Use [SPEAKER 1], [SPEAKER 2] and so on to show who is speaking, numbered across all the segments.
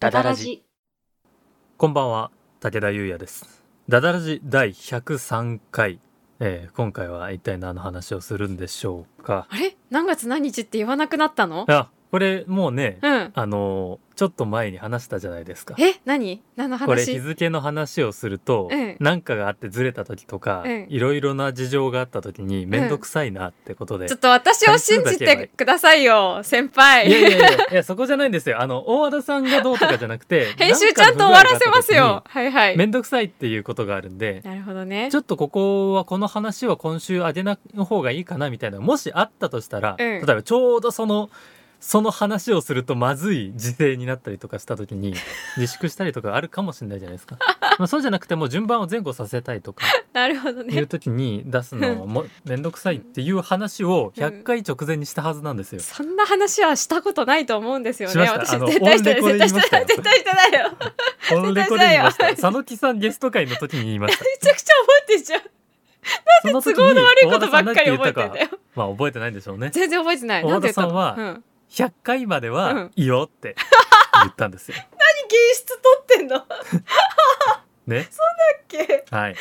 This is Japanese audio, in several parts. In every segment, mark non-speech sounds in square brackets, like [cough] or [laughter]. [SPEAKER 1] ダダラジ。
[SPEAKER 2] こんばんは、武田優也です。ダダラジ第103回、えー今回は一体何の話をするんでしょうか。
[SPEAKER 1] あれ何月何日って言わなくなったの
[SPEAKER 2] あ、これもうね、
[SPEAKER 1] うん。
[SPEAKER 2] あのーちょっと前に話したじゃないですか。
[SPEAKER 1] え何何の
[SPEAKER 2] これ日
[SPEAKER 1] 話
[SPEAKER 2] 付の話をすると、
[SPEAKER 1] うん
[SPEAKER 2] なんかがあってずれた時とか、
[SPEAKER 1] うん
[SPEAKER 2] いろいろな事情があった時に面倒くさいなってことで、
[SPEAKER 1] ちょっと私を信じてくださいよ、先輩。
[SPEAKER 2] いやいやいやいやそこじゃないんですよあの大和田さんがどうとかじゃなくて
[SPEAKER 1] 編集ちゃんと終わらせますよ。はいは
[SPEAKER 2] 面
[SPEAKER 1] い。
[SPEAKER 2] 倒くさいっていうことがあるんで
[SPEAKER 1] なるほどね
[SPEAKER 2] ち。ょっとここはこの話は今週あげなの方がいいかなみたいなもしあったとしたら、例えばちょうどそのその話をするとまずい時勢になったりとかした時
[SPEAKER 1] [laughs]
[SPEAKER 2] に自粛したりとかあるかもしれないじゃないですか。まあそうじゃなくてもう順番を前後させたいとか
[SPEAKER 1] なるほど
[SPEAKER 2] いう
[SPEAKER 1] ね。
[SPEAKER 2] 時に出すのはもめんどくさいっていう話を100回直前にしたはずなんですよ。
[SPEAKER 1] そんな話はしたことないと思うんですよ
[SPEAKER 2] し
[SPEAKER 1] ね。
[SPEAKER 2] ました
[SPEAKER 1] 私
[SPEAKER 2] あの
[SPEAKER 1] 絶対してない
[SPEAKER 2] オン
[SPEAKER 1] 絶
[SPEAKER 2] レ
[SPEAKER 1] 対して
[SPEAKER 2] コで言いました
[SPEAKER 1] ない
[SPEAKER 2] よ
[SPEAKER 1] 絶対してないよ。め
[SPEAKER 2] オンレコで言いまし
[SPEAKER 1] 絶対した
[SPEAKER 2] た。
[SPEAKER 1] よ
[SPEAKER 2] 佐野木さんゲスト会の時に言いました。
[SPEAKER 1] ちゃくちゃ覚えてんじゃん。
[SPEAKER 2] その
[SPEAKER 1] 都
[SPEAKER 2] 時
[SPEAKER 1] 合
[SPEAKER 2] に
[SPEAKER 1] の悪いこ
[SPEAKER 2] 大
[SPEAKER 1] と
[SPEAKER 2] 和田さ
[SPEAKER 1] ばっ
[SPEAKER 2] んなん
[SPEAKER 1] かり
[SPEAKER 2] 言
[SPEAKER 1] 覚え
[SPEAKER 2] た
[SPEAKER 1] てんだよ。
[SPEAKER 2] まあ覚えてないんでしょうね。
[SPEAKER 1] 全然覚えてない。なんて言ったの
[SPEAKER 2] 大和田さん
[SPEAKER 1] うん、
[SPEAKER 2] 100回まで
[SPEAKER 1] う
[SPEAKER 2] は
[SPEAKER 1] ん
[SPEAKER 2] いいよって言ったんですよ。
[SPEAKER 1] 何芸術取ってんのだっ
[SPEAKER 2] ね。
[SPEAKER 1] け
[SPEAKER 2] はい。
[SPEAKER 1] そんなこ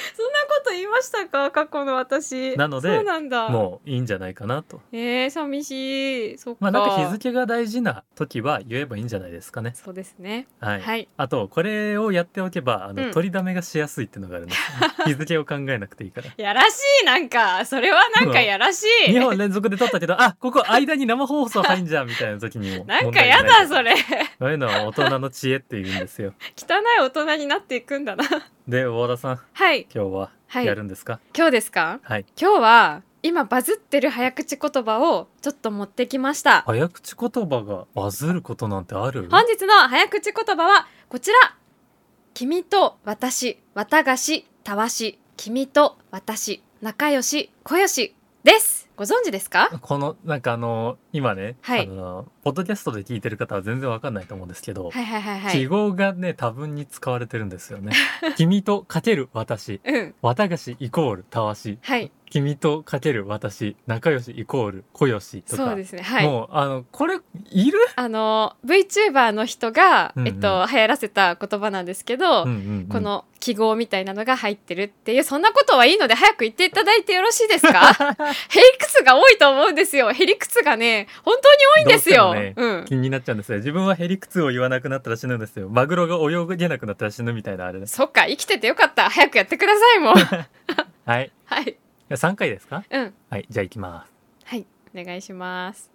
[SPEAKER 1] と言いましたか過去の私。
[SPEAKER 2] なので
[SPEAKER 1] そうなんだ。
[SPEAKER 2] もういいんじゃないかなと。
[SPEAKER 1] えー、寂しい。そっか。
[SPEAKER 2] まあなんか日付が大事な時は言えばいいんじゃないですかね。
[SPEAKER 1] そうですね。
[SPEAKER 2] はい。
[SPEAKER 1] はい。
[SPEAKER 2] あとこれをやっておけばあの、
[SPEAKER 1] うん
[SPEAKER 2] 取りだめがしやすいっていうのがあるんです
[SPEAKER 1] [laughs]
[SPEAKER 2] よね、日付を考えなくていいから。
[SPEAKER 1] やらしいなんかそれはなんかやらしい。
[SPEAKER 2] 2本連続で撮ったけどあここ間に生放送入んじゃんみたいな時
[SPEAKER 1] [laughs]
[SPEAKER 2] にも
[SPEAKER 1] [laughs] なん
[SPEAKER 2] 問
[SPEAKER 1] か
[SPEAKER 2] 題
[SPEAKER 1] や
[SPEAKER 2] ない
[SPEAKER 1] だそれ。
[SPEAKER 2] そういうのは大人の知恵って言うんで
[SPEAKER 1] [laughs]
[SPEAKER 2] すよ
[SPEAKER 1] 汚い大人になっていくんだな。
[SPEAKER 2] で大和田さん
[SPEAKER 1] はい。
[SPEAKER 2] 今日ははいやるんですか
[SPEAKER 1] 今日ですか？
[SPEAKER 2] はい、
[SPEAKER 1] 今日は今バズってる早口言葉をちょっと持ってきました。
[SPEAKER 2] 早口言葉がバズることなんてある
[SPEAKER 1] 本日の早口言葉はこちら。君と私、わたがし、たわし、君と私、仲良し、こよしです。ご存知ですか？
[SPEAKER 2] [laughs] このなんかあの今ね、
[SPEAKER 1] はい
[SPEAKER 2] あのポッドキャストで聞いてる方は全然わかんないと思うんですけど、
[SPEAKER 1] はいはいはいはい。
[SPEAKER 2] 記号がね多分に使われてるんですよ
[SPEAKER 1] [laughs]
[SPEAKER 2] ね君とかける私
[SPEAKER 1] うん。
[SPEAKER 2] 綿菓子イコールたわし
[SPEAKER 1] はい。
[SPEAKER 2] 君とかける私仲良しイコールこよしとか
[SPEAKER 1] そうですね。はい。
[SPEAKER 2] もうあのこれいる、
[SPEAKER 1] あの VTuber の人が、
[SPEAKER 2] うんうん
[SPEAKER 1] えっと、流行らせた言葉なんですけど、
[SPEAKER 2] うんうんうん
[SPEAKER 1] この記号みたいなのが入ってるっていうそんなことはいいので早く言っていただいてよろしいです
[SPEAKER 2] [laughs]
[SPEAKER 1] かへりくつが多いと思うんですよへりくつがね本当に多いんですよ
[SPEAKER 2] どうして
[SPEAKER 1] うん
[SPEAKER 2] 気になっちゃうんですよ自分はへりくつを言わなくなったら死ぬんですよマグロが泳げなくなったら死ぬみたいなあれです
[SPEAKER 1] そっか生きててよかった早くやってください
[SPEAKER 2] [laughs]
[SPEAKER 1] もう
[SPEAKER 2] はい
[SPEAKER 1] はい
[SPEAKER 2] 3回ですか
[SPEAKER 1] うん
[SPEAKER 2] はいじゃあ行きます
[SPEAKER 1] はいお願いします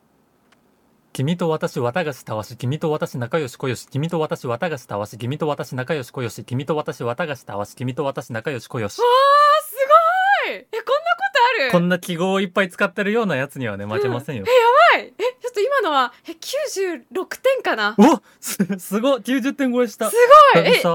[SPEAKER 2] 君と私、綿菓子たわし、君と私、仲良しこよし、君と私、綿菓子たわし、君と私、仲良しこよし、君と私、綿菓子たわし、君と私、仲良しこよし。
[SPEAKER 1] あすごいえこんなことある
[SPEAKER 2] こんな記号をいっぱい使ってるようなやつにはね、負けませんよ。
[SPEAKER 1] はいえちょっと今のはえ96点かな
[SPEAKER 2] おす、すごい !90 点超えした。
[SPEAKER 1] す
[SPEAKER 2] ご
[SPEAKER 1] え今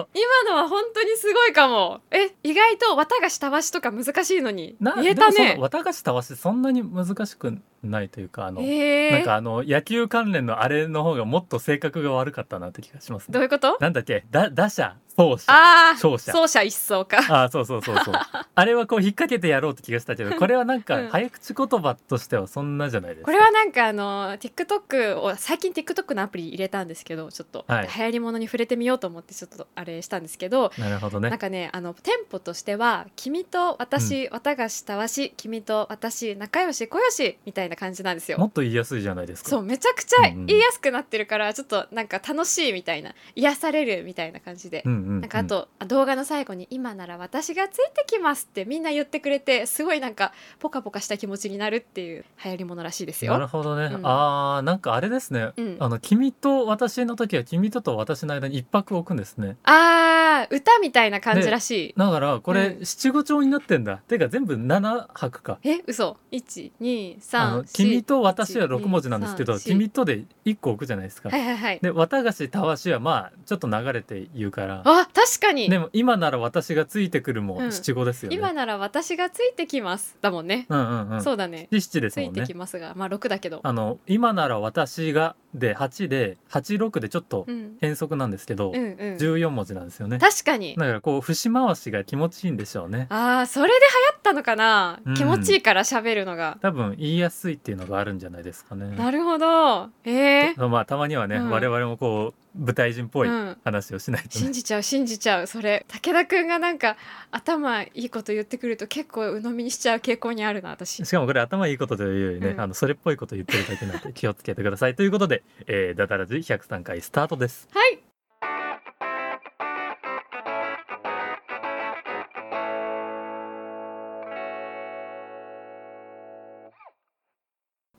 [SPEAKER 1] のは本当にすごいかもえ意外と綿菓子たわしとか難しいのに
[SPEAKER 2] な
[SPEAKER 1] 言えた
[SPEAKER 2] でもそ
[SPEAKER 1] ね
[SPEAKER 2] の綿菓子たわし、そんなに難しくないというか、あの、
[SPEAKER 1] え
[SPEAKER 2] なん
[SPEAKER 1] ー、
[SPEAKER 2] かあの、野球関連のあれの方がもっと性格が悪かったなって気がします
[SPEAKER 1] どう
[SPEAKER 2] ね。
[SPEAKER 1] いうこと
[SPEAKER 2] なんだっけだ、打者、走者。
[SPEAKER 1] ああ
[SPEAKER 2] 勝者
[SPEAKER 1] 勝者一層か
[SPEAKER 2] あーそうそうそうそう
[SPEAKER 1] [laughs]
[SPEAKER 2] あれはこう引っ掛けてやろうって気がしたけどこれはなん
[SPEAKER 1] う
[SPEAKER 2] か
[SPEAKER 1] ん
[SPEAKER 2] 早口言葉としてはそんなじゃないですか
[SPEAKER 1] これはなんかあの TikTok を最近 TikTok のアプリ入れたんですけどちょっと、
[SPEAKER 2] はい
[SPEAKER 1] 流行りものに触れてみようと思ってちょっとあれしたんですけど、
[SPEAKER 2] なるほど
[SPEAKER 1] なん
[SPEAKER 2] ね
[SPEAKER 1] かねあのテンポとしては「君と私、綿菓子たわし君と私仲良しこよし」みたいな感じなんですよ
[SPEAKER 2] も。っと言いやすいじゃないですか
[SPEAKER 1] そうめちゃくちゃ言いやすくなってるから、ちょっとなんか楽しいみたいな癒されるみたいな感じで、
[SPEAKER 2] うんうんうん、
[SPEAKER 1] なんかあと、あ動画の最後に「今なら私がついてきます」ってみんな言ってくれてすごいなんかポカポカした気持ちになるっていう流行りものらしいです
[SPEAKER 2] なる
[SPEAKER 1] よ。
[SPEAKER 2] ほどね、
[SPEAKER 1] うん
[SPEAKER 2] あーなんかあれですね、
[SPEAKER 1] うん
[SPEAKER 2] あの君と私の時は君とと私の間に一泊置くんですね
[SPEAKER 1] あー歌みたいな感じらし
[SPEAKER 2] だからこれ、
[SPEAKER 1] うん
[SPEAKER 2] 七五調になってんだてか全部七泊か
[SPEAKER 1] い。え嘘一二
[SPEAKER 2] あ
[SPEAKER 1] 三
[SPEAKER 2] の君と私は
[SPEAKER 1] 一
[SPEAKER 2] 六文字なんですけ
[SPEAKER 1] 二
[SPEAKER 2] ど
[SPEAKER 1] 三四
[SPEAKER 2] 君とで一個置くじゃないですか、
[SPEAKER 1] はいはいはい。
[SPEAKER 2] で綿菓子たわしはまあちょっと流れて言うから
[SPEAKER 1] あ確かに、
[SPEAKER 2] でも今なら私がついてくるも
[SPEAKER 1] うん
[SPEAKER 2] 七五ですよね。
[SPEAKER 1] 今なら私がついてきますだもんね。
[SPEAKER 2] うんうんうん。
[SPEAKER 1] そうだね。
[SPEAKER 2] 七七です
[SPEAKER 1] つ
[SPEAKER 2] も
[SPEAKER 1] い
[SPEAKER 2] ん
[SPEAKER 1] て
[SPEAKER 2] ね
[SPEAKER 1] き。ますがまあ6だけど。
[SPEAKER 2] あの今なら私がで八で八六でちょっと
[SPEAKER 1] うん
[SPEAKER 2] 変則なんですけど
[SPEAKER 1] う、んうん。
[SPEAKER 2] 十四文字なんですよね。だ
[SPEAKER 1] 確かに。
[SPEAKER 2] からこう節回しが気持ちいいんでしょうね。
[SPEAKER 1] ああそれで流行ったのかな、
[SPEAKER 2] うん
[SPEAKER 1] 気持ちいいから喋るのが。
[SPEAKER 2] 多分言いやすいっていうのがあるんじゃないですかね。
[SPEAKER 1] なるほど。えー、
[SPEAKER 2] まあたまにはね、
[SPEAKER 1] うん
[SPEAKER 2] 我々もこう舞台人っぽい
[SPEAKER 1] うん
[SPEAKER 2] 話をしないとね、
[SPEAKER 1] 信じちゃう信じちゃうそれ武田くんがなんか頭いいこと言ってくると結構鵜呑みにしちゃう傾向にあるな私
[SPEAKER 2] しかもこれ頭いいことというよりね、
[SPEAKER 1] うん
[SPEAKER 2] あのそれっぽいこと言ってるだけなんで気をつけてくださいということで、えー、ダダラジ103回スタートです
[SPEAKER 1] はい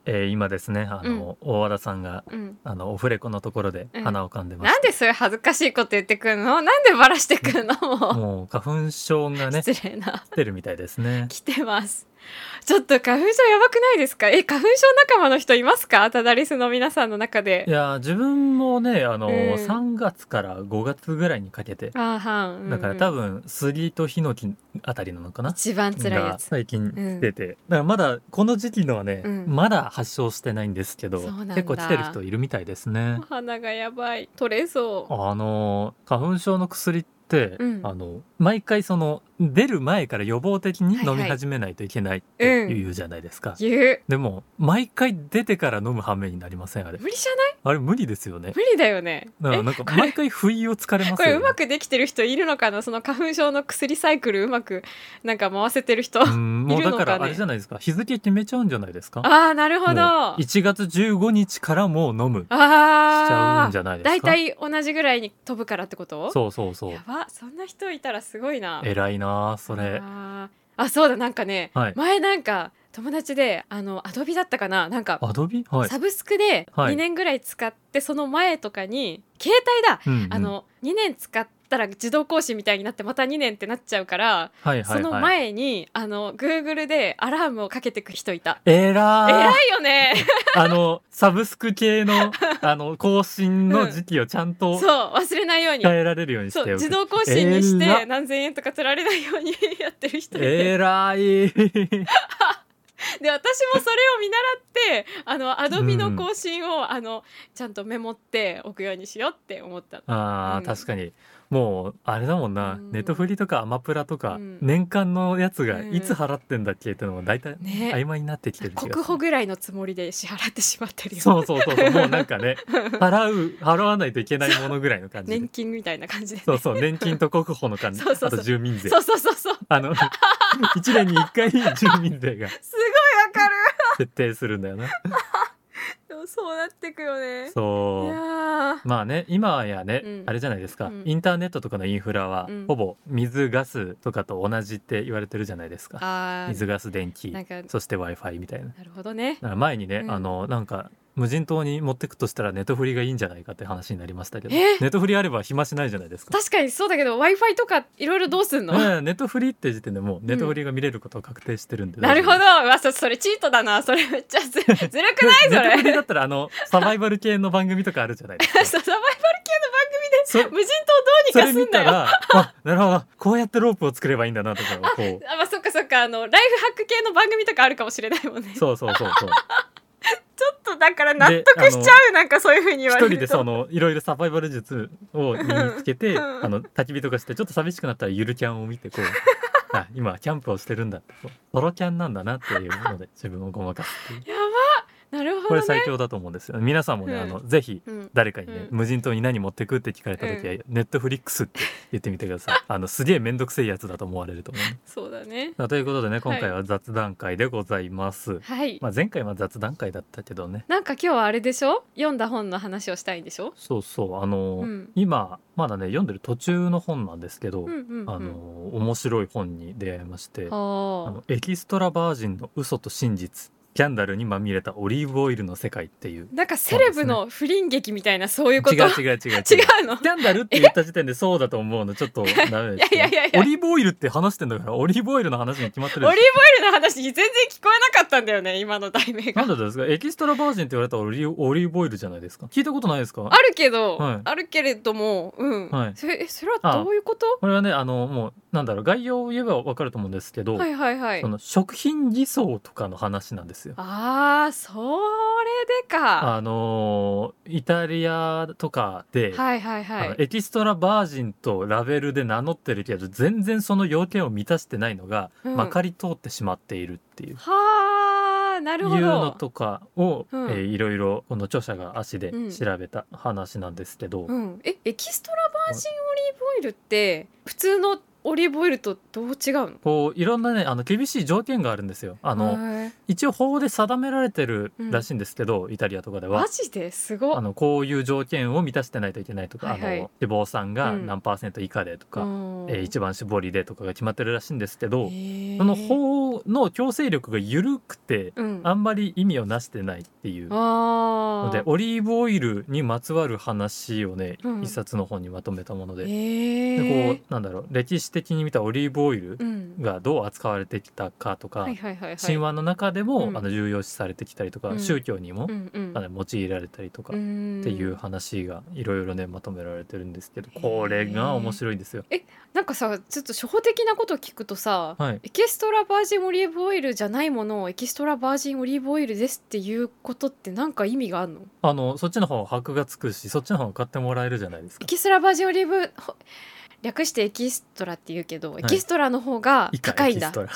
[SPEAKER 2] えー今ですねあの、大和田さんが
[SPEAKER 1] うん
[SPEAKER 2] あのオフレコのところで
[SPEAKER 1] うん
[SPEAKER 2] 鼻を噛んでま
[SPEAKER 1] なん
[SPEAKER 2] し
[SPEAKER 1] でそういう恥ずかしいこと言ってくんのなんでバラしてくんのも
[SPEAKER 2] た、
[SPEAKER 1] う
[SPEAKER 2] もう花粉症がね
[SPEAKER 1] 失礼な
[SPEAKER 2] 出るみたいですね
[SPEAKER 1] 来てますちょっと花粉症やばくないですかえ花粉症仲間の人いますかタダリスの皆さんの中
[SPEAKER 2] い
[SPEAKER 1] で
[SPEAKER 2] やー自分もねあの、
[SPEAKER 1] うん
[SPEAKER 2] 3月から5月ぐらいにかけて
[SPEAKER 1] あーはん、うんうん
[SPEAKER 2] だから多分杉とヒノキあたりなのかな
[SPEAKER 1] 一番辛いや
[SPEAKER 2] が
[SPEAKER 1] つ
[SPEAKER 2] 最近来てて、だからまだこの時期のはね、
[SPEAKER 1] うん
[SPEAKER 2] まだ発症してないんですけど
[SPEAKER 1] そうなんだ
[SPEAKER 2] 結構来てる人いるみたいですね
[SPEAKER 1] [laughs] お。花がやばい取れそう
[SPEAKER 2] あの花粉症の薬って、
[SPEAKER 1] うん
[SPEAKER 2] あの毎回その出る前から予防的に
[SPEAKER 1] はいは
[SPEAKER 2] 飲
[SPEAKER 1] い
[SPEAKER 2] み始めないといけないって言うじゃないですか、
[SPEAKER 1] 言う
[SPEAKER 2] でも毎回出てから飲む羽目になりませんあれ
[SPEAKER 1] 無理じゃない
[SPEAKER 2] あれ無理ですよね
[SPEAKER 1] 無理だよね
[SPEAKER 2] だから
[SPEAKER 1] え
[SPEAKER 2] なんか
[SPEAKER 1] これ
[SPEAKER 2] 毎回不意をつかれま
[SPEAKER 1] こ
[SPEAKER 2] すよ
[SPEAKER 1] れ
[SPEAKER 2] ね
[SPEAKER 1] うまくできてる人いるのかなその花粉症の薬サイクルうまくなんか回せてる人、
[SPEAKER 2] う
[SPEAKER 1] あ
[SPEAKER 2] んもう
[SPEAKER 1] いる
[SPEAKER 2] だ
[SPEAKER 1] のか
[SPEAKER 2] か
[SPEAKER 1] ね
[SPEAKER 2] らあれじゃないですか日付決めちゃうんじゃないですか
[SPEAKER 1] [laughs] あーなるほど
[SPEAKER 2] も
[SPEAKER 1] あ
[SPEAKER 2] う1月15日からもう飲むしちゃう
[SPEAKER 1] あ
[SPEAKER 2] んじゃないですか
[SPEAKER 1] だいたい同じぐらいに飛ぶからってこと
[SPEAKER 2] そうそうそう
[SPEAKER 1] やばそんな人いたらすごいな
[SPEAKER 2] 偉いなあそれ
[SPEAKER 1] あーあそうだなんかね、
[SPEAKER 2] はい
[SPEAKER 1] 前なんか友達であのアドビだったかななんか
[SPEAKER 2] アドビはい、
[SPEAKER 1] サブスクで
[SPEAKER 2] はい
[SPEAKER 1] 2年ぐらい使って、その前とかに携帯だ、
[SPEAKER 2] うんうん
[SPEAKER 1] あの2年使ったら自動更新みたいになってまた2年ってなっちゃうから、
[SPEAKER 2] はいはいはい
[SPEAKER 1] その前にあの Google でアラームをかけてく人いた。
[SPEAKER 2] えら
[SPEAKER 1] 偉
[SPEAKER 2] ー
[SPEAKER 1] いよね
[SPEAKER 2] あのサブスク
[SPEAKER 1] [laughs]
[SPEAKER 2] 系のあの更新の時期をちゃん
[SPEAKER 1] そう
[SPEAKER 2] と
[SPEAKER 1] 忘れないように
[SPEAKER 2] 変えられるようにし
[SPEAKER 1] そ
[SPEAKER 2] てお
[SPEAKER 1] う
[SPEAKER 2] く
[SPEAKER 1] 自動更新にし
[SPEAKER 2] え
[SPEAKER 1] て
[SPEAKER 2] ら
[SPEAKER 1] 何千円とか取られないようにやってる人いて、
[SPEAKER 2] えらい [laughs]
[SPEAKER 1] で私もそれを見習ってあのアドビの更新を、あのちゃんとメモっておくようにしようって思った
[SPEAKER 2] あー、
[SPEAKER 1] うん
[SPEAKER 2] 確かにもうあれだもんな、
[SPEAKER 1] うん
[SPEAKER 2] ネットフリとかアマプラとか、
[SPEAKER 1] うん
[SPEAKER 2] 年間のやつが
[SPEAKER 1] うん
[SPEAKER 2] いつ払ってんだっけってのも大体
[SPEAKER 1] ね
[SPEAKER 2] 曖昧になってきてる気がする
[SPEAKER 1] 国保ぐらいのつもりで支払ってしまってるよ
[SPEAKER 2] そうそ
[SPEAKER 1] [laughs]
[SPEAKER 2] うそうそうもうなんかね払う払わないといけないものぐらいの感じで
[SPEAKER 1] 年金みたいな感じで、ね、
[SPEAKER 2] そうそう年金と国保の感じ
[SPEAKER 1] そうそうそう
[SPEAKER 2] あと住民税
[SPEAKER 1] そうそうそうそう [laughs]
[SPEAKER 2] あの一年に一回住民税が
[SPEAKER 1] すごいわかる
[SPEAKER 2] 設定するんだよな
[SPEAKER 1] でもそうなってくよねい
[SPEAKER 2] そ
[SPEAKER 1] や
[SPEAKER 2] う
[SPEAKER 1] ー
[SPEAKER 2] まあね今やね、
[SPEAKER 1] うん
[SPEAKER 2] あれじゃないですか、
[SPEAKER 1] うん
[SPEAKER 2] インターネットとかのインフラは、
[SPEAKER 1] うん
[SPEAKER 2] ほぼ水ガスとかと同じって言われてるじゃないですか
[SPEAKER 1] あー
[SPEAKER 2] 水ガス電気
[SPEAKER 1] なんか
[SPEAKER 2] そして w i f i みたいなだ
[SPEAKER 1] なるほどね
[SPEAKER 2] から前にね、
[SPEAKER 1] うん
[SPEAKER 2] あのなんか無人島に持ってくとしたらネットフリがいいんじゃないかって話になりましたけど、
[SPEAKER 1] え
[SPEAKER 2] ネットフリあれば暇しないじゃないですか
[SPEAKER 1] 確かにそうだけど w i f i とかいろいろどうすんの、
[SPEAKER 2] うんネットフリーって時点でもうネットフリーが見れることは確定してるんで、
[SPEAKER 1] なるほど
[SPEAKER 2] 大
[SPEAKER 1] う
[SPEAKER 2] 丈
[SPEAKER 1] わそそれチートだなそれめっちゃ
[SPEAKER 2] [laughs]
[SPEAKER 1] ずずるくない [laughs]
[SPEAKER 2] 夫ネッ
[SPEAKER 1] そ
[SPEAKER 2] トフリーだ
[SPEAKER 1] れ
[SPEAKER 2] ったらあのサバイバル系の番組とかあるじゃないですか
[SPEAKER 1] [laughs] そうサバイバル系
[SPEAKER 2] そ
[SPEAKER 1] の番組で無人島
[SPEAKER 2] そ
[SPEAKER 1] どうに
[SPEAKER 2] れ
[SPEAKER 1] かす
[SPEAKER 2] 見
[SPEAKER 1] んだ
[SPEAKER 2] た
[SPEAKER 1] よ
[SPEAKER 2] らあなるほどこうやってロープを作ればいいんだなとかをこ
[SPEAKER 1] あ、まあ、そっかそっかあのライフハック系の番組とかあるかもしれないもんね
[SPEAKER 2] うそうそうそうそう
[SPEAKER 1] ちょっとだから納得しちゃうなんかそういうふうに言わ
[SPEAKER 2] 一
[SPEAKER 1] れると
[SPEAKER 2] 人でそのいろいろサバイバル術を身につけて
[SPEAKER 1] うん
[SPEAKER 2] あの焚き火とかしてちょっと寂しくなったらゆるキャンを見
[SPEAKER 1] [laughs]
[SPEAKER 2] てこうあ今キャンプをしてるんだってこうソロキャンなんだなっていうので自分をごまかすっていう
[SPEAKER 1] やばなるほ
[SPEAKER 2] こ
[SPEAKER 1] ど
[SPEAKER 2] れ
[SPEAKER 1] ね
[SPEAKER 2] 最強だと思うんですよ皆さんもね、
[SPEAKER 1] うん
[SPEAKER 2] あのぜひ
[SPEAKER 1] うん
[SPEAKER 2] 誰かに
[SPEAKER 1] う
[SPEAKER 2] ね、無人島に何持ってくって聞かれた時は、ネットフリックスって言ってみてく
[SPEAKER 1] [laughs]
[SPEAKER 2] ださいあのすげえ面倒くせえやつだと思われると思う
[SPEAKER 1] そうだね
[SPEAKER 2] さあということでね今回は雑談会でございます、
[SPEAKER 1] はい、
[SPEAKER 2] まあ、前回は雑談会だったけどね
[SPEAKER 1] なんか今日はあれでしょ読んだ本の話をしたいんでしょ
[SPEAKER 2] そうそうあのー、
[SPEAKER 1] うん
[SPEAKER 2] 今まだね読んでる途中の本なんですけど、
[SPEAKER 1] うんうん、うん、
[SPEAKER 2] あのー面白い本に出会いましてあ
[SPEAKER 1] は
[SPEAKER 2] のエキストラバージンの嘘と真実キャンダルにまみれたオリーブオイルの世界っていう
[SPEAKER 1] あなんかセレブの不倫劇みたいなそういうこと
[SPEAKER 2] 違う違う違う違う
[SPEAKER 1] [laughs] 違うの
[SPEAKER 2] キャンダルって言った時点でそうだと思うのちょっとダメです、
[SPEAKER 1] い
[SPEAKER 2] ね、
[SPEAKER 1] やいやいやいや
[SPEAKER 2] オリーブオイルって話してんだからオリーブオイルの話に決まって
[SPEAKER 1] オ
[SPEAKER 2] る
[SPEAKER 1] リーブ
[SPEAKER 2] で
[SPEAKER 1] オ
[SPEAKER 2] し
[SPEAKER 1] イルの話全然聞こえなかったんだよね今の題名
[SPEAKER 2] ょな
[SPEAKER 1] が
[SPEAKER 2] んだったんですかエキストラバージンって言われたらオリオリーブオイルじゃないですか聞いたことないですか
[SPEAKER 1] あるけど、
[SPEAKER 2] はい
[SPEAKER 1] あるけれどもうん、
[SPEAKER 2] はい
[SPEAKER 1] それえそれはどういうこと
[SPEAKER 2] これはねあのもうなんだろう概要を言えばわかると思うんですけど、
[SPEAKER 1] はいはいはい
[SPEAKER 2] その食品偽装とかの話なんですよ
[SPEAKER 1] あーそれでか
[SPEAKER 2] あのーイタリアとかで、
[SPEAKER 1] はいはいは
[SPEAKER 2] あの
[SPEAKER 1] い
[SPEAKER 2] エキストラバージンとラベルで名乗ってるけど全然その要件を満たしてないのが、
[SPEAKER 1] うん
[SPEAKER 2] まかり通ってしまっているっていう
[SPEAKER 1] はあな
[SPEAKER 2] いう
[SPEAKER 1] るほ
[SPEAKER 2] の
[SPEAKER 1] ど。
[SPEAKER 2] とかを、
[SPEAKER 1] うん
[SPEAKER 2] えーいろいろこの著者が足で
[SPEAKER 1] うん
[SPEAKER 2] 調べた話なんですけど、
[SPEAKER 1] うん、えエキストラバージンオリーブオイルって普通のオリーブオイルとどう違うの
[SPEAKER 2] こういろんなねあの厳しい条件があるんですよ。あの、
[SPEAKER 1] へー
[SPEAKER 2] 一応法で定められてるらしいんですけど、イタリアとかでは
[SPEAKER 1] マ。ジですご
[SPEAKER 2] あ
[SPEAKER 1] っ
[SPEAKER 2] のこういう条件を満たしてないといけないとか、
[SPEAKER 1] はいはい
[SPEAKER 2] あの脂肪酸が
[SPEAKER 1] うん
[SPEAKER 2] 何パーセント以下でとか、
[SPEAKER 1] うん
[SPEAKER 2] えー一番搾りでとかが決まってるらしいんですけ
[SPEAKER 1] へ
[SPEAKER 2] ど、
[SPEAKER 1] ー
[SPEAKER 2] その法の強制力が緩くて、
[SPEAKER 1] うん
[SPEAKER 2] あんまり意味をなしてないっていう
[SPEAKER 1] あ
[SPEAKER 2] ので
[SPEAKER 1] ー
[SPEAKER 2] オリーブオイルにまつわる話をね、
[SPEAKER 1] うん
[SPEAKER 2] 一冊の本にまとめたもので,、
[SPEAKER 1] へ
[SPEAKER 2] で
[SPEAKER 1] ー
[SPEAKER 2] こうなんだろう歴史的に見たオリーブオイル
[SPEAKER 1] うん
[SPEAKER 2] がどう扱われてきたかとか、
[SPEAKER 1] はいはいはいはい
[SPEAKER 2] 神話の中でも、
[SPEAKER 1] うん
[SPEAKER 2] あの重要視されてきたりとか、
[SPEAKER 1] うん
[SPEAKER 2] 宗教にも、
[SPEAKER 1] うんうん
[SPEAKER 2] あの用いられたりとか。
[SPEAKER 1] うん
[SPEAKER 2] っていう話がいろいろねまとめられてるんですけどこれが面白いんですよ。
[SPEAKER 1] なんかさちょっと初歩的なこと聞くとさ、
[SPEAKER 2] はい
[SPEAKER 1] エキストラバージンオリーブオイルじゃないものをエキストラバージンオリーブオイルですっていうことってなんか意味があるの
[SPEAKER 2] あのそっちの方は箔がつくしそっちの方が買ってもらえるじゃないです
[SPEAKER 1] エ
[SPEAKER 2] か。
[SPEAKER 1] キストラバージンオリーブほ略してエキストラって言うけど、
[SPEAKER 2] い
[SPEAKER 1] エキストラの方が
[SPEAKER 2] 以下
[SPEAKER 1] 高いん
[SPEAKER 2] エ
[SPEAKER 1] だ [laughs]
[SPEAKER 2] キストラ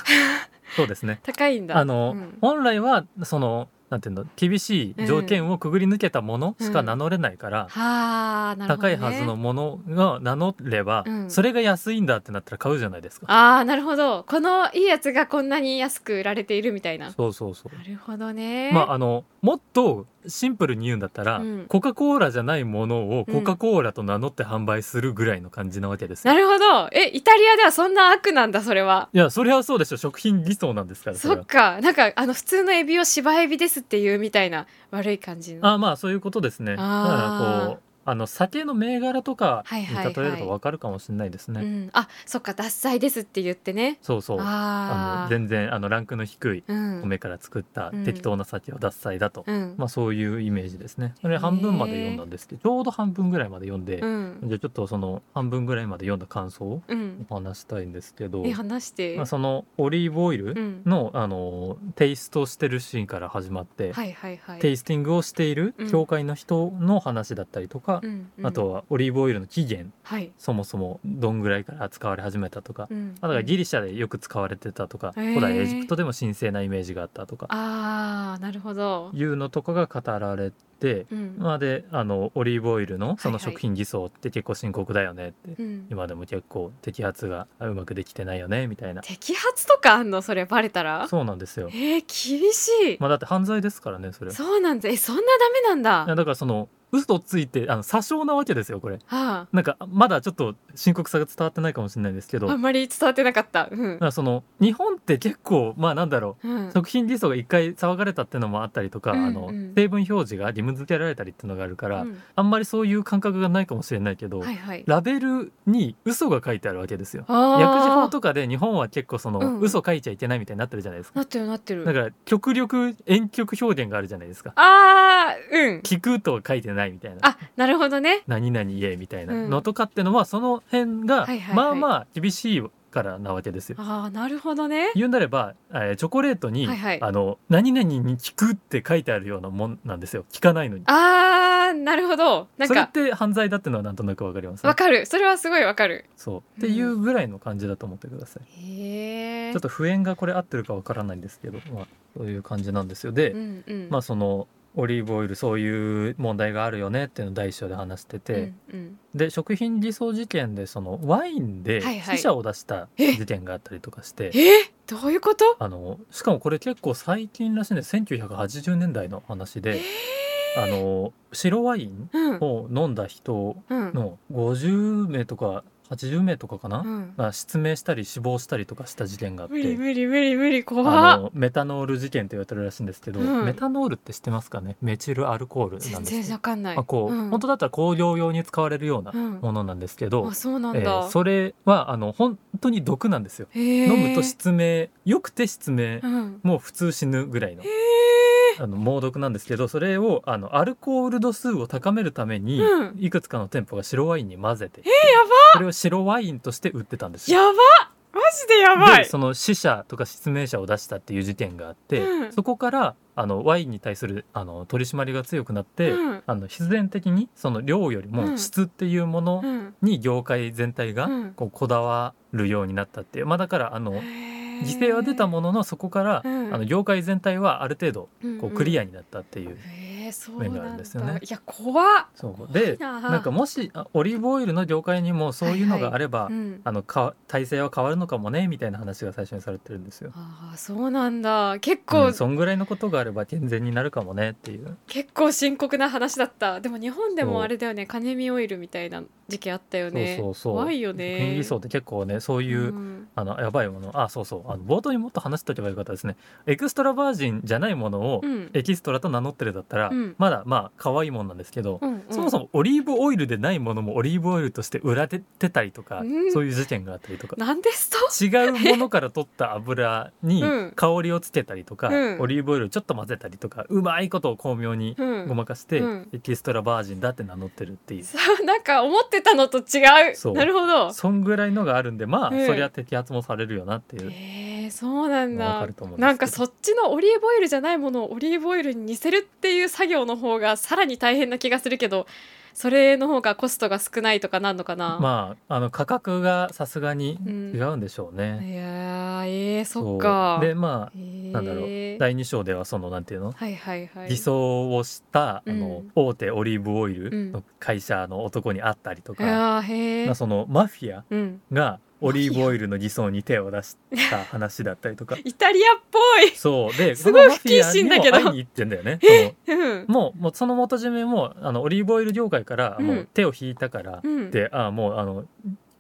[SPEAKER 2] そうですね。
[SPEAKER 1] 高いんだ
[SPEAKER 2] あの、
[SPEAKER 1] うん
[SPEAKER 2] 本来はそのなんていうの厳しい条件をくぐり抜けたものしか名乗れないから、
[SPEAKER 1] はあなるほど、
[SPEAKER 2] 高
[SPEAKER 1] ね、
[SPEAKER 2] いはずのものが名乗れば、
[SPEAKER 1] うん
[SPEAKER 2] それが安いんだってなったら買うじゃないですか。
[SPEAKER 1] ああなるほどこのいいやつがこんなに安く売られているみたいな
[SPEAKER 2] そうそうそう。
[SPEAKER 1] なるほどね、
[SPEAKER 2] まあ、あのもっとシンプルに言うんだったら、
[SPEAKER 1] うん
[SPEAKER 2] コカ・コーラじゃないものを
[SPEAKER 1] うん
[SPEAKER 2] コカ・コーラと名乗って販売するぐらいの感じなわけですよ、
[SPEAKER 1] なるほどえイタリアではそんな悪なんだそれはい
[SPEAKER 2] やそれはそうでしょ食品偽装なんですから
[SPEAKER 1] そ
[SPEAKER 2] れ
[SPEAKER 1] っ
[SPEAKER 2] は
[SPEAKER 1] かなんかあの普通のエビを芝エビですっていうみたいな悪い感じの
[SPEAKER 2] あまあそういうことですねだ
[SPEAKER 1] あ
[SPEAKER 2] か
[SPEAKER 1] ー
[SPEAKER 2] らこうあの酒の銘柄とか
[SPEAKER 1] はい
[SPEAKER 2] に
[SPEAKER 1] はいはい
[SPEAKER 2] 例えるとわかるかもしれないですね、
[SPEAKER 1] うん、あそっか脱菜ですって言ってね
[SPEAKER 2] そうそうあ
[SPEAKER 1] あ
[SPEAKER 2] の
[SPEAKER 1] あ
[SPEAKER 2] 全然あのランクの低い
[SPEAKER 1] うん
[SPEAKER 2] 米から作った
[SPEAKER 1] うん
[SPEAKER 2] 適当な酒は脱菜だと、
[SPEAKER 1] うん
[SPEAKER 2] まあそういうイメージですねそれ半分まで読んだんですけどちょうど半分ぐらいまで読んで、
[SPEAKER 1] うん
[SPEAKER 2] じゃあちょっとその半分ぐらいまで読んだ感想を
[SPEAKER 1] うん
[SPEAKER 2] お話したいんですけど、
[SPEAKER 1] え話して、
[SPEAKER 2] まあ、そのオリーブオイ
[SPEAKER 1] う
[SPEAKER 2] ル
[SPEAKER 1] ん、
[SPEAKER 2] の,、あのテイストしてるシーンから始まって、
[SPEAKER 1] はいはいはい
[SPEAKER 2] テイスティングをしている
[SPEAKER 1] うん
[SPEAKER 2] 教会の人の話だったりとか、
[SPEAKER 1] うんうん
[SPEAKER 2] あとはオリーブオイルの起源
[SPEAKER 1] はい、
[SPEAKER 2] そもそもどんぐらいから使われ始めたとか、
[SPEAKER 1] うん、
[SPEAKER 2] あとはギリシャでよく使われてたとか、
[SPEAKER 1] へー
[SPEAKER 2] 古代エジプトでも神聖なイメージがあったとか
[SPEAKER 1] あーなるほど、
[SPEAKER 2] いうのとかが語られて、
[SPEAKER 1] うん
[SPEAKER 2] まあ、であのオリーブオイルのその
[SPEAKER 1] はいはい
[SPEAKER 2] 食品偽装って結構深刻だよねって、
[SPEAKER 1] うん、
[SPEAKER 2] 今でも結構摘発がうまくできてないよねみたいな
[SPEAKER 1] 摘発とかあんのそれバレたら
[SPEAKER 2] そうなんですよ。
[SPEAKER 1] えー、厳しい、
[SPEAKER 2] まあ、だって犯罪ですからねそれは
[SPEAKER 1] そうなんだえそんなダメなん
[SPEAKER 2] いや
[SPEAKER 1] だ
[SPEAKER 2] だからその嘘ついてあの詐称なわけですよこれ
[SPEAKER 1] あ
[SPEAKER 2] なんかまだちょっと深刻さが伝わってないかもしれないんですけど
[SPEAKER 1] ああ
[SPEAKER 2] だか
[SPEAKER 1] んまり伝わってなかったうん、
[SPEAKER 2] らその日本って結構まあなんだろう
[SPEAKER 1] うん、
[SPEAKER 2] 食品偽装が一回騒がれたってのもあったりとか、
[SPEAKER 1] うん
[SPEAKER 2] あ
[SPEAKER 1] う
[SPEAKER 2] の
[SPEAKER 1] ん
[SPEAKER 2] 成分表示が義務付けられたりってのがあるから、
[SPEAKER 1] うん
[SPEAKER 2] あんまりそういう感覚がないかもしれないけど、
[SPEAKER 1] はいはい
[SPEAKER 2] ラベルに嘘が書いてあるわけですよ。
[SPEAKER 1] あー
[SPEAKER 2] 薬事法とかで日本は結構その、
[SPEAKER 1] うん
[SPEAKER 2] 嘘書いちゃいけないみたいになってるじゃないですか
[SPEAKER 1] な。ってるなってる
[SPEAKER 2] だから極力婉曲表現があるじゃないですか。
[SPEAKER 1] あーうん
[SPEAKER 2] 聞くとは書いてないみたいな。
[SPEAKER 1] あなるほどね
[SPEAKER 2] 何々言えみたいな
[SPEAKER 1] うん
[SPEAKER 2] のとかってのは、その辺
[SPEAKER 1] は
[SPEAKER 2] が
[SPEAKER 1] いはいはい
[SPEAKER 2] まあまあ厳しいからなわけですよ。
[SPEAKER 1] ああなるほどね
[SPEAKER 2] 言うなれば、えーチョコレートに、
[SPEAKER 1] はいはい
[SPEAKER 2] あの何々に聞くって書いてあるようなもんなんですよ。聞かないのに。
[SPEAKER 1] あーなるほどなん
[SPEAKER 2] それっ
[SPEAKER 1] か
[SPEAKER 2] て犯罪だってのはなんとなくわかります、
[SPEAKER 1] わかるそれはすごいわかる
[SPEAKER 2] そうっていうぐらいの感じだと思ってください。
[SPEAKER 1] へえ
[SPEAKER 2] ちょっと不縁がこれ合ってるかわからないんですけど、まあそういう感じなんですよ。で、
[SPEAKER 1] うんうん
[SPEAKER 2] まあそのオリーブオイルそういう問題があるよねっていうのを第一章で話してて、
[SPEAKER 1] うんうん
[SPEAKER 2] で食品偽装事件でそのワインで
[SPEAKER 1] はいはい
[SPEAKER 2] 死者を出した事件があったりとかして、
[SPEAKER 1] えどういうこと
[SPEAKER 2] あのしかもこれ結構最近らしいんです1980年代の話で、あの白ワイン
[SPEAKER 1] うん
[SPEAKER 2] を飲んだ人
[SPEAKER 1] うん
[SPEAKER 2] の50名とか80名とかかな、
[SPEAKER 1] うん
[SPEAKER 2] が失明したり死亡したりとかした事件があっ
[SPEAKER 1] 無理
[SPEAKER 2] て。
[SPEAKER 1] 無理無理無理
[SPEAKER 2] あ
[SPEAKER 1] 怖っ
[SPEAKER 2] のメタノール事件と言われてるらしいんですけど、
[SPEAKER 1] うん
[SPEAKER 2] メタノールって知ってますかねメチルアルコールなんですけど
[SPEAKER 1] 全然わかんない
[SPEAKER 2] まあ、こう、
[SPEAKER 1] ん
[SPEAKER 2] 本当だったら工業用に使われるような
[SPEAKER 1] うん
[SPEAKER 2] ものなんですけど、
[SPEAKER 1] あそうなんだ、
[SPEAKER 2] えーそれはあの本当に毒なんですよ、
[SPEAKER 1] へー
[SPEAKER 2] 飲むと失明よくて失明、
[SPEAKER 1] うん
[SPEAKER 2] もう普通死ぬぐらいの
[SPEAKER 1] へ
[SPEAKER 2] あの猛毒なんですけどそれをあのアルコール度数を高めるために、
[SPEAKER 1] うん
[SPEAKER 2] いくつかの店舗が白ワインに混ぜて、
[SPEAKER 1] ば
[SPEAKER 2] それを白ワインとして売ってたんです
[SPEAKER 1] ーやば
[SPEAKER 2] よ。
[SPEAKER 1] っマジでやば
[SPEAKER 2] で
[SPEAKER 1] い
[SPEAKER 2] その死者とか失明者を出したっていう事件があって、
[SPEAKER 1] うん
[SPEAKER 2] そこからあのワインに対するあの取り締まりが強くなって、
[SPEAKER 1] うん
[SPEAKER 2] あの必然的にその量より
[SPEAKER 1] う
[SPEAKER 2] も
[SPEAKER 1] ん
[SPEAKER 2] 質っていうもの
[SPEAKER 1] うん
[SPEAKER 2] に業界全体が
[SPEAKER 1] うん
[SPEAKER 2] こうこだわるようになったっていう、まあだからあの
[SPEAKER 1] へー
[SPEAKER 2] 犠牲は出たもののそこから、
[SPEAKER 1] うん
[SPEAKER 2] あの業界全体はある程度
[SPEAKER 1] うん
[SPEAKER 2] こ
[SPEAKER 1] う
[SPEAKER 2] うんクリアになったっていう。
[SPEAKER 1] へえそう
[SPEAKER 2] 面があ
[SPEAKER 1] な
[SPEAKER 2] る
[SPEAKER 1] ん
[SPEAKER 2] ん
[SPEAKER 1] だ
[SPEAKER 2] ですよね
[SPEAKER 1] いや怖っ
[SPEAKER 2] そうで
[SPEAKER 1] な
[SPEAKER 2] なんかもしあオリーブオイルの業界にもそういうのがあれば、
[SPEAKER 1] うん
[SPEAKER 2] あのか体制は変わるのかもねみたいな話が最初にされてるんですよ。
[SPEAKER 1] ああそうなんだ結構、
[SPEAKER 2] うん、そんぐらいのことがあれば健全になるかもねっていう
[SPEAKER 1] 結構深刻な話だったでも日本で
[SPEAKER 2] そ
[SPEAKER 1] も
[SPEAKER 2] う
[SPEAKER 1] あれだよねカネミオイルみたいな時期あったよ
[SPEAKER 2] そう
[SPEAKER 1] ね
[SPEAKER 2] そうそう
[SPEAKER 1] 怖いよね
[SPEAKER 2] 権利層って結構ねそういう、
[SPEAKER 1] ん
[SPEAKER 2] あのやばいものあそうそうあの冒頭にもっと話しておけばよかったですねエクストラバージンじゃないものを
[SPEAKER 1] うん
[SPEAKER 2] エキストラと名乗ってるだったら、
[SPEAKER 1] うん
[SPEAKER 2] まだまあ可愛いもんなんですけど、
[SPEAKER 1] うんうん
[SPEAKER 2] そもそもオリーブオイルでないものもオリーブオイルとして売られてたりとか、
[SPEAKER 1] うん
[SPEAKER 2] そういう事件があったりとか
[SPEAKER 1] なんですと
[SPEAKER 2] 違うものから取った油に
[SPEAKER 1] うん
[SPEAKER 2] 香りをつけたりとか、
[SPEAKER 1] うん
[SPEAKER 2] オリーブオイルをちょっと混ぜたりとかうまいことを巧妙に
[SPEAKER 1] うん
[SPEAKER 2] ごまかして、
[SPEAKER 1] うん
[SPEAKER 2] エキストラバージンだって名乗ってるっていう
[SPEAKER 1] そうなんか思ってたのと違う
[SPEAKER 2] そう
[SPEAKER 1] なるほど
[SPEAKER 2] そんぐらいのがあるんでまあ、
[SPEAKER 1] うん
[SPEAKER 2] そりゃ摘発もされるよなっていう。
[SPEAKER 1] えー、そうなん
[SPEAKER 2] わ
[SPEAKER 1] だ
[SPEAKER 2] かると思うんですけど
[SPEAKER 1] なんかそっちのオリーブオイルじゃないものをオリーブオイルに似せるっていう作業の方がさらに大変な気がするけどそれの方がコストが少ないとかなんのかな、
[SPEAKER 2] まあ、あの価格がさすがに
[SPEAKER 1] うん
[SPEAKER 2] 違うんでしょうね。
[SPEAKER 1] いやーえー、
[SPEAKER 2] そう
[SPEAKER 1] そっか
[SPEAKER 2] でまあ、
[SPEAKER 1] えー
[SPEAKER 2] なんだろう第2章ではそのなんていうの、
[SPEAKER 1] はいはいはい
[SPEAKER 2] 偽装をしたあ
[SPEAKER 1] う
[SPEAKER 2] の
[SPEAKER 1] ん
[SPEAKER 2] 大手オリーブオイルの会社の男に会ったりと
[SPEAKER 1] い
[SPEAKER 2] か、
[SPEAKER 1] やーへ
[SPEAKER 2] ま
[SPEAKER 1] ー
[SPEAKER 2] あそのマフィア
[SPEAKER 1] うん
[SPEAKER 2] がオリーブオイルの偽装に手を出した話だったり
[SPEAKER 1] [laughs]
[SPEAKER 2] とか
[SPEAKER 1] イタリアっぽい
[SPEAKER 2] そうで
[SPEAKER 1] すごい
[SPEAKER 2] そのマフィアにも
[SPEAKER 1] 不謹慎だけど
[SPEAKER 2] 会いに行ってんだよね。その
[SPEAKER 1] うん
[SPEAKER 2] もうもうその元締めもあのオリーブオイル業界からも
[SPEAKER 1] うん
[SPEAKER 2] う手を引いたから、
[SPEAKER 1] うん
[SPEAKER 2] であもうあの聞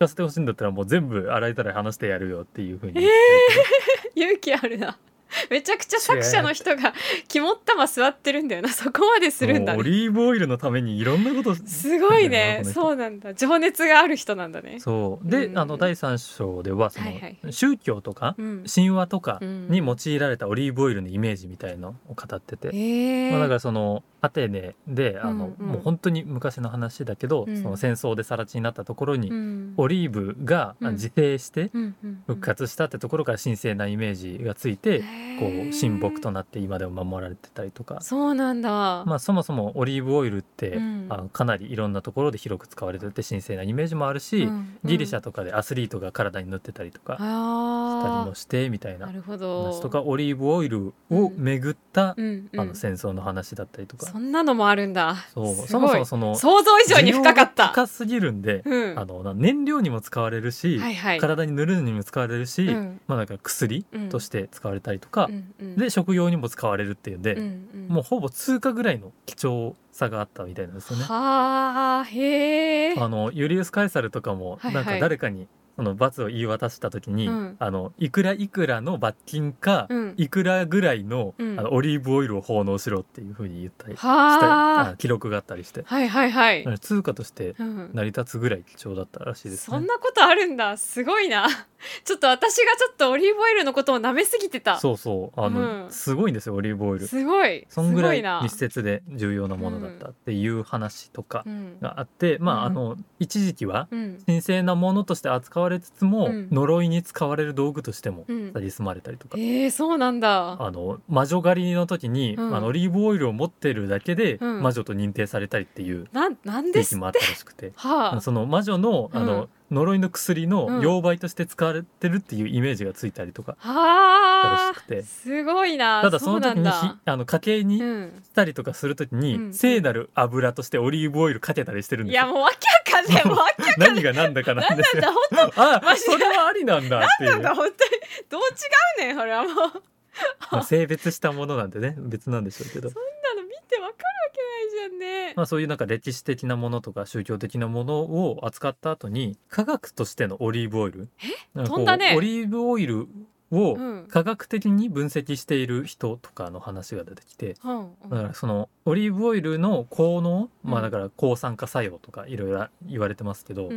[SPEAKER 2] かせてほしいんだったらもう全部洗えたら話してやるよっていうふうに言って
[SPEAKER 1] 勇気あるな [laughs] めちゃくちゃ作者の人が肝っ玉座ってるんだよな [laughs] そこまでするんだ
[SPEAKER 2] もうオ
[SPEAKER 1] ね
[SPEAKER 2] リーブオイルのためにいろんなこと
[SPEAKER 1] すごいね
[SPEAKER 2] なんだよなこの人
[SPEAKER 1] そうなんだ情熱がある人なんだね
[SPEAKER 2] そうで、
[SPEAKER 1] うん
[SPEAKER 2] あの第3章ではその、
[SPEAKER 1] はいはい
[SPEAKER 2] 宗教とか
[SPEAKER 1] うん
[SPEAKER 2] 神話とか
[SPEAKER 1] うん
[SPEAKER 2] に用いられたオリーブオイルのイメージみたいのを語ってて、
[SPEAKER 1] ええ
[SPEAKER 2] まあ、だからそのアテネであの、
[SPEAKER 1] うんうん
[SPEAKER 2] もう本当に昔の話だけど、
[SPEAKER 1] うん
[SPEAKER 2] その戦争で更地になったところに、
[SPEAKER 1] うん
[SPEAKER 2] オリーブが
[SPEAKER 1] うん
[SPEAKER 2] 自生して
[SPEAKER 1] うんうんうん
[SPEAKER 2] 復活したってところから神聖なイメージがついて、こ
[SPEAKER 1] へ
[SPEAKER 2] う
[SPEAKER 1] ー
[SPEAKER 2] 神木となって今でも守られてたりとか
[SPEAKER 1] そうなんだ、
[SPEAKER 2] まあ、そもそもオリーブオイルって、
[SPEAKER 1] うん
[SPEAKER 2] あのかなりいろんなところで広く使われてて神聖なイメージもあるし、
[SPEAKER 1] うん
[SPEAKER 2] ギリシャ
[SPEAKER 1] と
[SPEAKER 2] とかでアスリートが体に塗ってたりとかしたり
[SPEAKER 1] あ
[SPEAKER 2] もしてみたい
[SPEAKER 1] ーな
[SPEAKER 2] な
[SPEAKER 1] るほど
[SPEAKER 2] 話とかオリーブオイルをめぐった、
[SPEAKER 1] うんうん
[SPEAKER 2] あの戦争の話だったりとか、
[SPEAKER 1] そんなのもあるんだ
[SPEAKER 2] そう
[SPEAKER 1] すごい
[SPEAKER 2] そもそもその
[SPEAKER 1] 想像以上に深かっ
[SPEAKER 2] 需要が
[SPEAKER 1] た
[SPEAKER 2] 高すぎるんで、
[SPEAKER 1] うん
[SPEAKER 2] あのな燃料にも使われるし、
[SPEAKER 1] はいはい
[SPEAKER 2] 体に塗るのにも使われるし、
[SPEAKER 1] うん
[SPEAKER 2] まあ、なんか薬
[SPEAKER 1] うん
[SPEAKER 2] として使われたりとか、
[SPEAKER 1] うんうん
[SPEAKER 2] で食用にも使われるっていうんで、
[SPEAKER 1] うんうん
[SPEAKER 2] もうほぼ通貨ぐらいの貴重さがあったみたいなんですよね。
[SPEAKER 1] はあへえ
[SPEAKER 2] [laughs] あのユリウス・カエサルとかも
[SPEAKER 1] はいはい
[SPEAKER 2] なんか誰かにその罰を言い渡した時に、
[SPEAKER 1] うん
[SPEAKER 2] あのいくらいくらの罰金か、
[SPEAKER 1] うん
[SPEAKER 2] いくらぐらいの,、
[SPEAKER 1] うん
[SPEAKER 2] あのオリーブオイルを奉納しろっていうふうに言ったりした
[SPEAKER 1] は
[SPEAKER 2] あ記録があったりして
[SPEAKER 1] あはいはいはい、
[SPEAKER 2] 通貨として
[SPEAKER 1] うん
[SPEAKER 2] 成り立つぐらい貴重だったらしいです
[SPEAKER 1] そん
[SPEAKER 2] ね。
[SPEAKER 1] なことあるんだすごいな [laughs] ちょっと私がちょっとオリーブオイルのことを舐めすぎてた
[SPEAKER 2] そうそうあの、
[SPEAKER 1] うん
[SPEAKER 2] すごいんですよオリーブオイル。
[SPEAKER 1] すごい
[SPEAKER 2] そんぐら
[SPEAKER 1] すごい
[SPEAKER 2] い
[SPEAKER 1] な
[SPEAKER 2] 密接で重要なものだったっていう話とか
[SPEAKER 1] うん
[SPEAKER 2] があって、まあ
[SPEAKER 1] う
[SPEAKER 2] あ
[SPEAKER 1] ん
[SPEAKER 2] の一時期は
[SPEAKER 1] うん
[SPEAKER 2] 神聖なものとして扱われつつも、
[SPEAKER 1] うん
[SPEAKER 2] 呪いに使われる道具としても
[SPEAKER 1] うん
[SPEAKER 2] 蔑まれたりとか、
[SPEAKER 1] えー、そうなんだ
[SPEAKER 2] あの魔女狩りの時に、
[SPEAKER 1] うん
[SPEAKER 2] あのオリーブオイルを持ってるだけで、
[SPEAKER 1] うん
[SPEAKER 2] 魔女と認定されたりっていう
[SPEAKER 1] なんなんで
[SPEAKER 2] 時
[SPEAKER 1] す
[SPEAKER 2] 期
[SPEAKER 1] は
[SPEAKER 2] もあったらしくて。あの
[SPEAKER 1] あ
[SPEAKER 2] その魔女のあの、
[SPEAKER 1] うん
[SPEAKER 2] 呪いの薬
[SPEAKER 1] うん
[SPEAKER 2] の溶媒として使われてるっていうイメージがついたりとか、
[SPEAKER 1] は
[SPEAKER 2] 新しく
[SPEAKER 1] あ
[SPEAKER 2] て
[SPEAKER 1] すごいな
[SPEAKER 2] ただその
[SPEAKER 1] う
[SPEAKER 2] 時に
[SPEAKER 1] な
[SPEAKER 2] ひ
[SPEAKER 1] んだ
[SPEAKER 2] あの家計に
[SPEAKER 1] うん
[SPEAKER 2] したりとかするときに、
[SPEAKER 1] うん
[SPEAKER 2] 聖なる油としてオリーブオイルかけたりしてるん
[SPEAKER 1] い
[SPEAKER 2] です
[SPEAKER 1] や
[SPEAKER 2] よ。
[SPEAKER 1] もうわけわかん
[SPEAKER 2] [laughs]
[SPEAKER 1] ないもうわけわかんな
[SPEAKER 2] 何
[SPEAKER 1] い
[SPEAKER 2] が何だかな
[SPEAKER 1] なん
[SPEAKER 2] んです
[SPEAKER 1] なん
[SPEAKER 2] よ。
[SPEAKER 1] だ本
[SPEAKER 2] あ
[SPEAKER 1] マジで
[SPEAKER 2] それはありなんだってい
[SPEAKER 1] 当なんだ
[SPEAKER 2] う。
[SPEAKER 1] 本当にどう違うねんそれはもうそんな
[SPEAKER 2] まあ、性別したものなんでね別なんでしょうけど、
[SPEAKER 1] の見てわかるわけないじゃんね
[SPEAKER 2] まあ、そういうなんか歴史的なものとか宗教的なものを扱った後に科学としてのオリーブオイルなんかこ
[SPEAKER 1] 飛
[SPEAKER 2] うん
[SPEAKER 1] だね
[SPEAKER 2] オリーブオイルを
[SPEAKER 1] うん
[SPEAKER 2] 科学的に分析している人とかの話が出てきて。
[SPEAKER 1] うんう
[SPEAKER 2] だか
[SPEAKER 1] ん
[SPEAKER 2] らそのオリーブオイルの効能、
[SPEAKER 1] う
[SPEAKER 2] まあ
[SPEAKER 1] ん
[SPEAKER 2] だから抗酸化作用とかいろいろ言われてますけど、
[SPEAKER 1] うん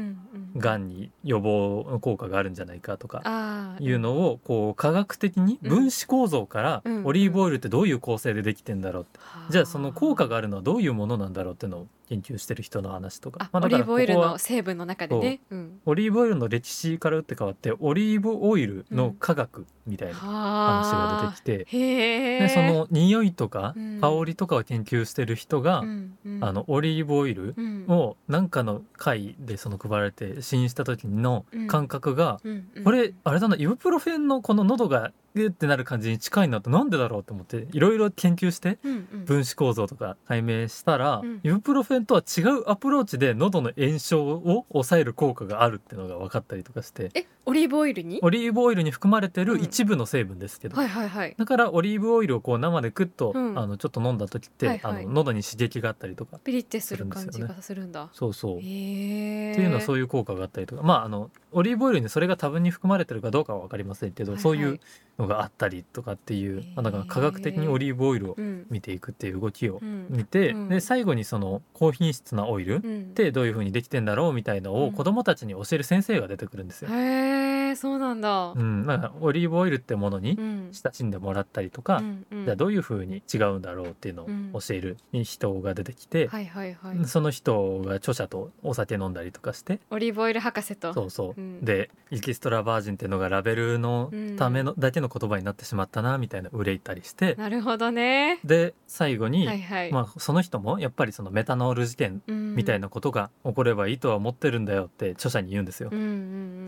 [SPEAKER 1] うん
[SPEAKER 2] がんに予防の効果があるんじゃないかとか
[SPEAKER 1] あー
[SPEAKER 2] いうのをこう科学的に分子構造から
[SPEAKER 1] うん
[SPEAKER 2] オリーブオイルってどういう構成でできてんだろうって
[SPEAKER 1] はあ
[SPEAKER 2] じゃあその効果があるのはどういうものなんだろうっていうのを研究してる人の話とか
[SPEAKER 1] あ、
[SPEAKER 2] まあ、
[SPEAKER 1] オ
[SPEAKER 2] だ
[SPEAKER 1] リ
[SPEAKER 2] か
[SPEAKER 1] ー
[SPEAKER 2] ら
[SPEAKER 1] ブ
[SPEAKER 2] こ
[SPEAKER 1] オイル
[SPEAKER 2] こは
[SPEAKER 1] の成分の中でね、うん、
[SPEAKER 2] オリーブオイルの歴史から打って変わってオリーブオイルの科学、くみたいな話が
[SPEAKER 1] は
[SPEAKER 2] 出てきて
[SPEAKER 1] あへえ
[SPEAKER 2] でその匂いとか
[SPEAKER 1] うん
[SPEAKER 2] 香りとかを研究してる人が、
[SPEAKER 1] うんうん
[SPEAKER 2] あのオリーブオイル
[SPEAKER 1] うん
[SPEAKER 2] をなんかの回でその配られて試飲した時の感覚が、
[SPEAKER 1] うんうん
[SPEAKER 2] これあれだなイブプロフェンのこの喉がグってなる感じに近いなとなんでだろうと思っていろいろ研究して
[SPEAKER 1] うんうん
[SPEAKER 2] 分子構造とか解明したら、
[SPEAKER 1] うん
[SPEAKER 2] イブプロフェンとは違うアプローチで喉の炎症を抑える効果があるっていうのが分かったりとかして
[SPEAKER 1] えオリーブオイルに
[SPEAKER 2] オリーブオイルに含まれて
[SPEAKER 1] う
[SPEAKER 2] る
[SPEAKER 1] ん
[SPEAKER 2] 一部の成分ですけど、
[SPEAKER 1] はいはいはい
[SPEAKER 2] だからオリーブオイルをこう生でグッと、
[SPEAKER 1] うん
[SPEAKER 2] あのちょっと飲んだ時って、
[SPEAKER 1] はいはい
[SPEAKER 2] あの喉に刺激があったりとか
[SPEAKER 1] ピリってする感じがするんだ
[SPEAKER 2] そうそ
[SPEAKER 1] へ
[SPEAKER 2] う、
[SPEAKER 1] え
[SPEAKER 2] っていうのはそう
[SPEAKER 1] いう
[SPEAKER 2] いう効果があったりとかまああのオリーブオイルにそれが多分に含まれてるかどうかは分かりませんけど、
[SPEAKER 1] はいはい
[SPEAKER 2] そういうのがあったりとかっていう、まあなんか科学的にオリーブオイルを
[SPEAKER 1] うん
[SPEAKER 2] 見ていくっていう動きを
[SPEAKER 1] うん
[SPEAKER 2] 見て、
[SPEAKER 1] うん
[SPEAKER 2] で最後にその高品質なオイルっ
[SPEAKER 1] うん
[SPEAKER 2] てどういう風にできてんだろうみたいの
[SPEAKER 1] う
[SPEAKER 2] を
[SPEAKER 1] ん
[SPEAKER 2] 子どもたちに教える先生が出てくるんですよ。
[SPEAKER 1] へえそうなんだ
[SPEAKER 2] うんなんかオリーブオイルってものに
[SPEAKER 1] うん
[SPEAKER 2] 親しんでもらったりとか、
[SPEAKER 1] うんうん
[SPEAKER 2] じゃあどういう風に違うんだろうっていうのを教える人が出てきて、
[SPEAKER 1] はいはいはい
[SPEAKER 2] その人が著者とお酒飲んだりとかして
[SPEAKER 1] オリーブオイル博士と
[SPEAKER 2] そうそう、
[SPEAKER 1] うん
[SPEAKER 2] でエキストラバージンっていうのがラベルのための、だけの言葉になってしまったなみたいな憂いたりして
[SPEAKER 1] なるほどね
[SPEAKER 2] で最後に、
[SPEAKER 1] はいはい
[SPEAKER 2] まあ、その人もやっぱりそのメタノール事件み
[SPEAKER 1] み
[SPEAKER 2] たいなことが起こればいいとは思ってるんだよって著者に言うんですよ、
[SPEAKER 1] うんうんう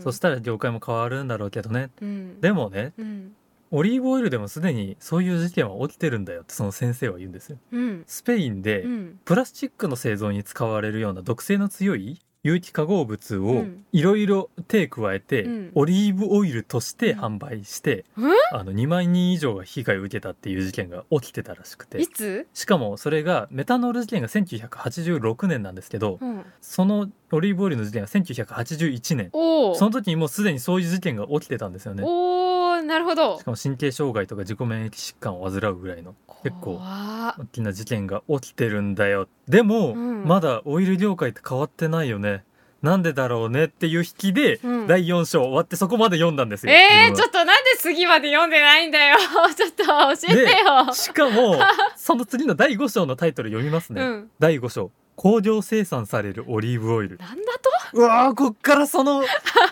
[SPEAKER 1] ん
[SPEAKER 2] そしたら業界も変わるんだろうけどね
[SPEAKER 1] うん
[SPEAKER 2] でもね
[SPEAKER 1] うん
[SPEAKER 2] オリーブオイルでもすでにそういう事件は起きてるんだよってその先生は言うんですよ
[SPEAKER 1] うん
[SPEAKER 2] スペインで、
[SPEAKER 1] うん
[SPEAKER 2] プラスチックの製造に使われるような毒性の強い有機化合物
[SPEAKER 1] う
[SPEAKER 2] を
[SPEAKER 1] ん
[SPEAKER 2] いろいろ手加えて、
[SPEAKER 1] うん
[SPEAKER 2] オリーブオイルとして販売して、
[SPEAKER 1] うん
[SPEAKER 2] あの2万人以上が被害を受けたっていう事件が起きてたらしくて
[SPEAKER 1] いつ
[SPEAKER 2] しかもそれがメタノール事件が1986年なんですけど
[SPEAKER 1] うん
[SPEAKER 2] そのオリーブオイルの事件は1981年
[SPEAKER 1] おお
[SPEAKER 2] その時にもうすでにそういう事件が起きてたんですよね。
[SPEAKER 1] おおなるほど
[SPEAKER 2] しかも神経障害とか自己免疫疾患を患うぐらいの結構
[SPEAKER 1] 怖っ
[SPEAKER 2] 大きな事件が起きてるんだよで
[SPEAKER 1] う
[SPEAKER 2] も、
[SPEAKER 1] ん
[SPEAKER 2] まだオイル業界って変わってないよねなんでだろうねっていう引きで、
[SPEAKER 1] うん
[SPEAKER 2] 第4章終わってそこまで読んだんですよ
[SPEAKER 1] えー、
[SPEAKER 2] 自
[SPEAKER 1] ちょ
[SPEAKER 2] 分
[SPEAKER 1] っとなんで次まで読んでないんだよ [laughs] ちょっと教えてよ
[SPEAKER 2] は、し
[SPEAKER 1] [laughs]
[SPEAKER 2] かもその次の第5章のタイトル読みますね、
[SPEAKER 1] うん
[SPEAKER 2] 第5章工場生産されるオリーブオイル
[SPEAKER 1] なんだと
[SPEAKER 2] うわーこっから
[SPEAKER 1] [laughs]
[SPEAKER 2] その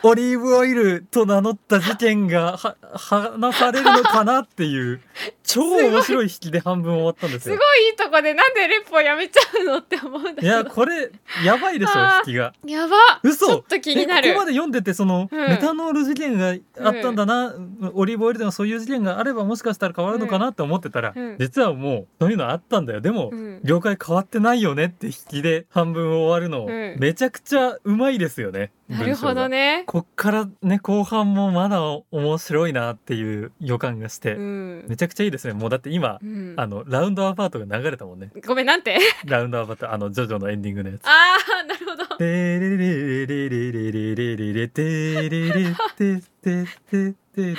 [SPEAKER 2] オリーブオイルと名乗った事件がは話されるのかなっ
[SPEAKER 1] [laughs]
[SPEAKER 2] ていう超面白い引きで半分終わったんですす
[SPEAKER 1] ご
[SPEAKER 2] よ
[SPEAKER 1] いいいとこでなんでレポやめちゃうのって思うんだ
[SPEAKER 2] い
[SPEAKER 1] けど
[SPEAKER 2] やこれやばいでしょ
[SPEAKER 1] あー
[SPEAKER 2] 引きが
[SPEAKER 1] やば
[SPEAKER 2] 嘘
[SPEAKER 1] ちょっと気になる
[SPEAKER 2] えここまで読んでてその、
[SPEAKER 1] うん
[SPEAKER 2] メタノール事件があったんだな、オリーブオイルでもそういう事件があればもしかしたら変わるのかなって思ってたら、
[SPEAKER 1] うん
[SPEAKER 2] 実はもうそういうのあったんだよでも、
[SPEAKER 1] うん
[SPEAKER 2] 業界変わってないよねって引きで半分終わるの、
[SPEAKER 1] うん
[SPEAKER 2] めちゃくちゃうまいですよね
[SPEAKER 1] なるほど
[SPEAKER 2] ね
[SPEAKER 1] ね
[SPEAKER 2] こっからね後半もまだ面白いなっていう予感がして、
[SPEAKER 1] うん
[SPEAKER 2] めちゃくちゃいいですねもうだって今、
[SPEAKER 1] うん
[SPEAKER 2] あのラウンドアバートが流れたもんね
[SPEAKER 1] ごめんなんて
[SPEAKER 2] ラウンドアバートあのジョジョのエンディングのやつ
[SPEAKER 1] あーなるほど
[SPEAKER 2] テレレレレレレレレレテレレテテテテレ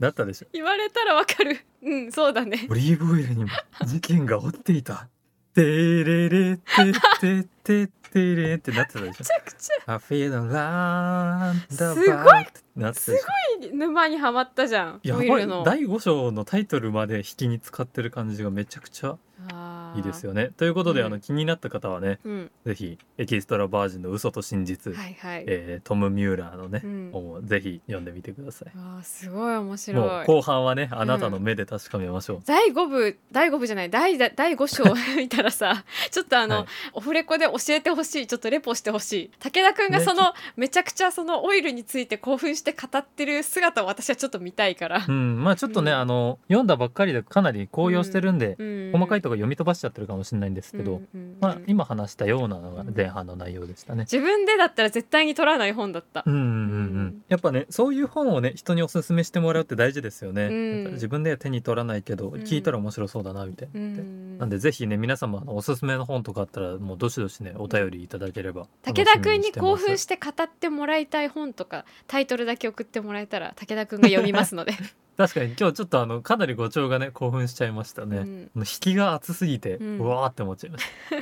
[SPEAKER 2] だったでしょ
[SPEAKER 1] 言われたらわかるうんそう
[SPEAKER 2] [laughs]
[SPEAKER 1] だね
[SPEAKER 2] オリーブオイルにも事件が起っていたテレレテテテテレってなってたでしょ
[SPEAKER 1] めちゃくち
[SPEAKER 2] アフィードランダバーってなってたでしょ
[SPEAKER 1] ゃ沼にはまったじゃん
[SPEAKER 2] やば
[SPEAKER 1] オ
[SPEAKER 2] い
[SPEAKER 1] イルの
[SPEAKER 2] 第5章のタイトルまで引きに使ってる感じがめちゃくちゃ
[SPEAKER 1] あー
[SPEAKER 2] いいですよねということで、
[SPEAKER 1] うん
[SPEAKER 2] あの気になった方はね
[SPEAKER 1] うん
[SPEAKER 2] ぜひエキストラバージンの嘘と真実、
[SPEAKER 1] はいはい、
[SPEAKER 2] えートム・ミューラーのね、
[SPEAKER 1] うん
[SPEAKER 2] 本をぜひ読んでみてください。
[SPEAKER 1] あーすごい面
[SPEAKER 2] も
[SPEAKER 1] 白
[SPEAKER 2] う
[SPEAKER 1] い
[SPEAKER 2] 後半はねあなたの目で確かめましょう、
[SPEAKER 1] 第5部第5部じゃない第第5章
[SPEAKER 2] [laughs]
[SPEAKER 1] 見たらさちょっとあの、
[SPEAKER 2] はい
[SPEAKER 1] オフレコで教えてほしいちょっとレポしてほしい武田くんが
[SPEAKER 2] ね
[SPEAKER 1] その、めちゃくちゃそのオイルについて興奮して語ってる姿を私はちょっと見たいから
[SPEAKER 2] う、んまあちょっとね、
[SPEAKER 1] うん
[SPEAKER 2] あの読んだばっかりでかなり高揚してるんで、
[SPEAKER 1] うん
[SPEAKER 2] 細かいとこ読み飛ばしちゃってるかもしれないんですけ
[SPEAKER 1] うん
[SPEAKER 2] ど、
[SPEAKER 1] うんうん
[SPEAKER 2] まあ今話したようなのが前半の内容でしたね。
[SPEAKER 1] 自分でだったら絶対に取らない本だった
[SPEAKER 2] うんうんうんう
[SPEAKER 1] うん
[SPEAKER 2] ん、やっぱねそういう本をね人におすすめしてもらうって大事ですよね、
[SPEAKER 1] うん
[SPEAKER 2] なんか自分では手に取らないけど、
[SPEAKER 1] ん
[SPEAKER 2] 聞いたら面白そうだなみたいな
[SPEAKER 1] う
[SPEAKER 2] って、
[SPEAKER 1] ん
[SPEAKER 2] なんでぜひね皆様あのおすすめの本とかあったらもうどしどしねお便りいただければ
[SPEAKER 1] 武田くんに興奮
[SPEAKER 2] し
[SPEAKER 1] して語ってもらいたい本とかタイトルだけ送ってもらえたら武田くんが読みます
[SPEAKER 2] [laughs]
[SPEAKER 1] ので、
[SPEAKER 2] 確かに今日ちょっとあのかなり語調がね興奮しちゃいましたね、
[SPEAKER 1] うん
[SPEAKER 2] 引きが熱すぎて、
[SPEAKER 1] う
[SPEAKER 2] うんわーって思っちゃいまし [laughs]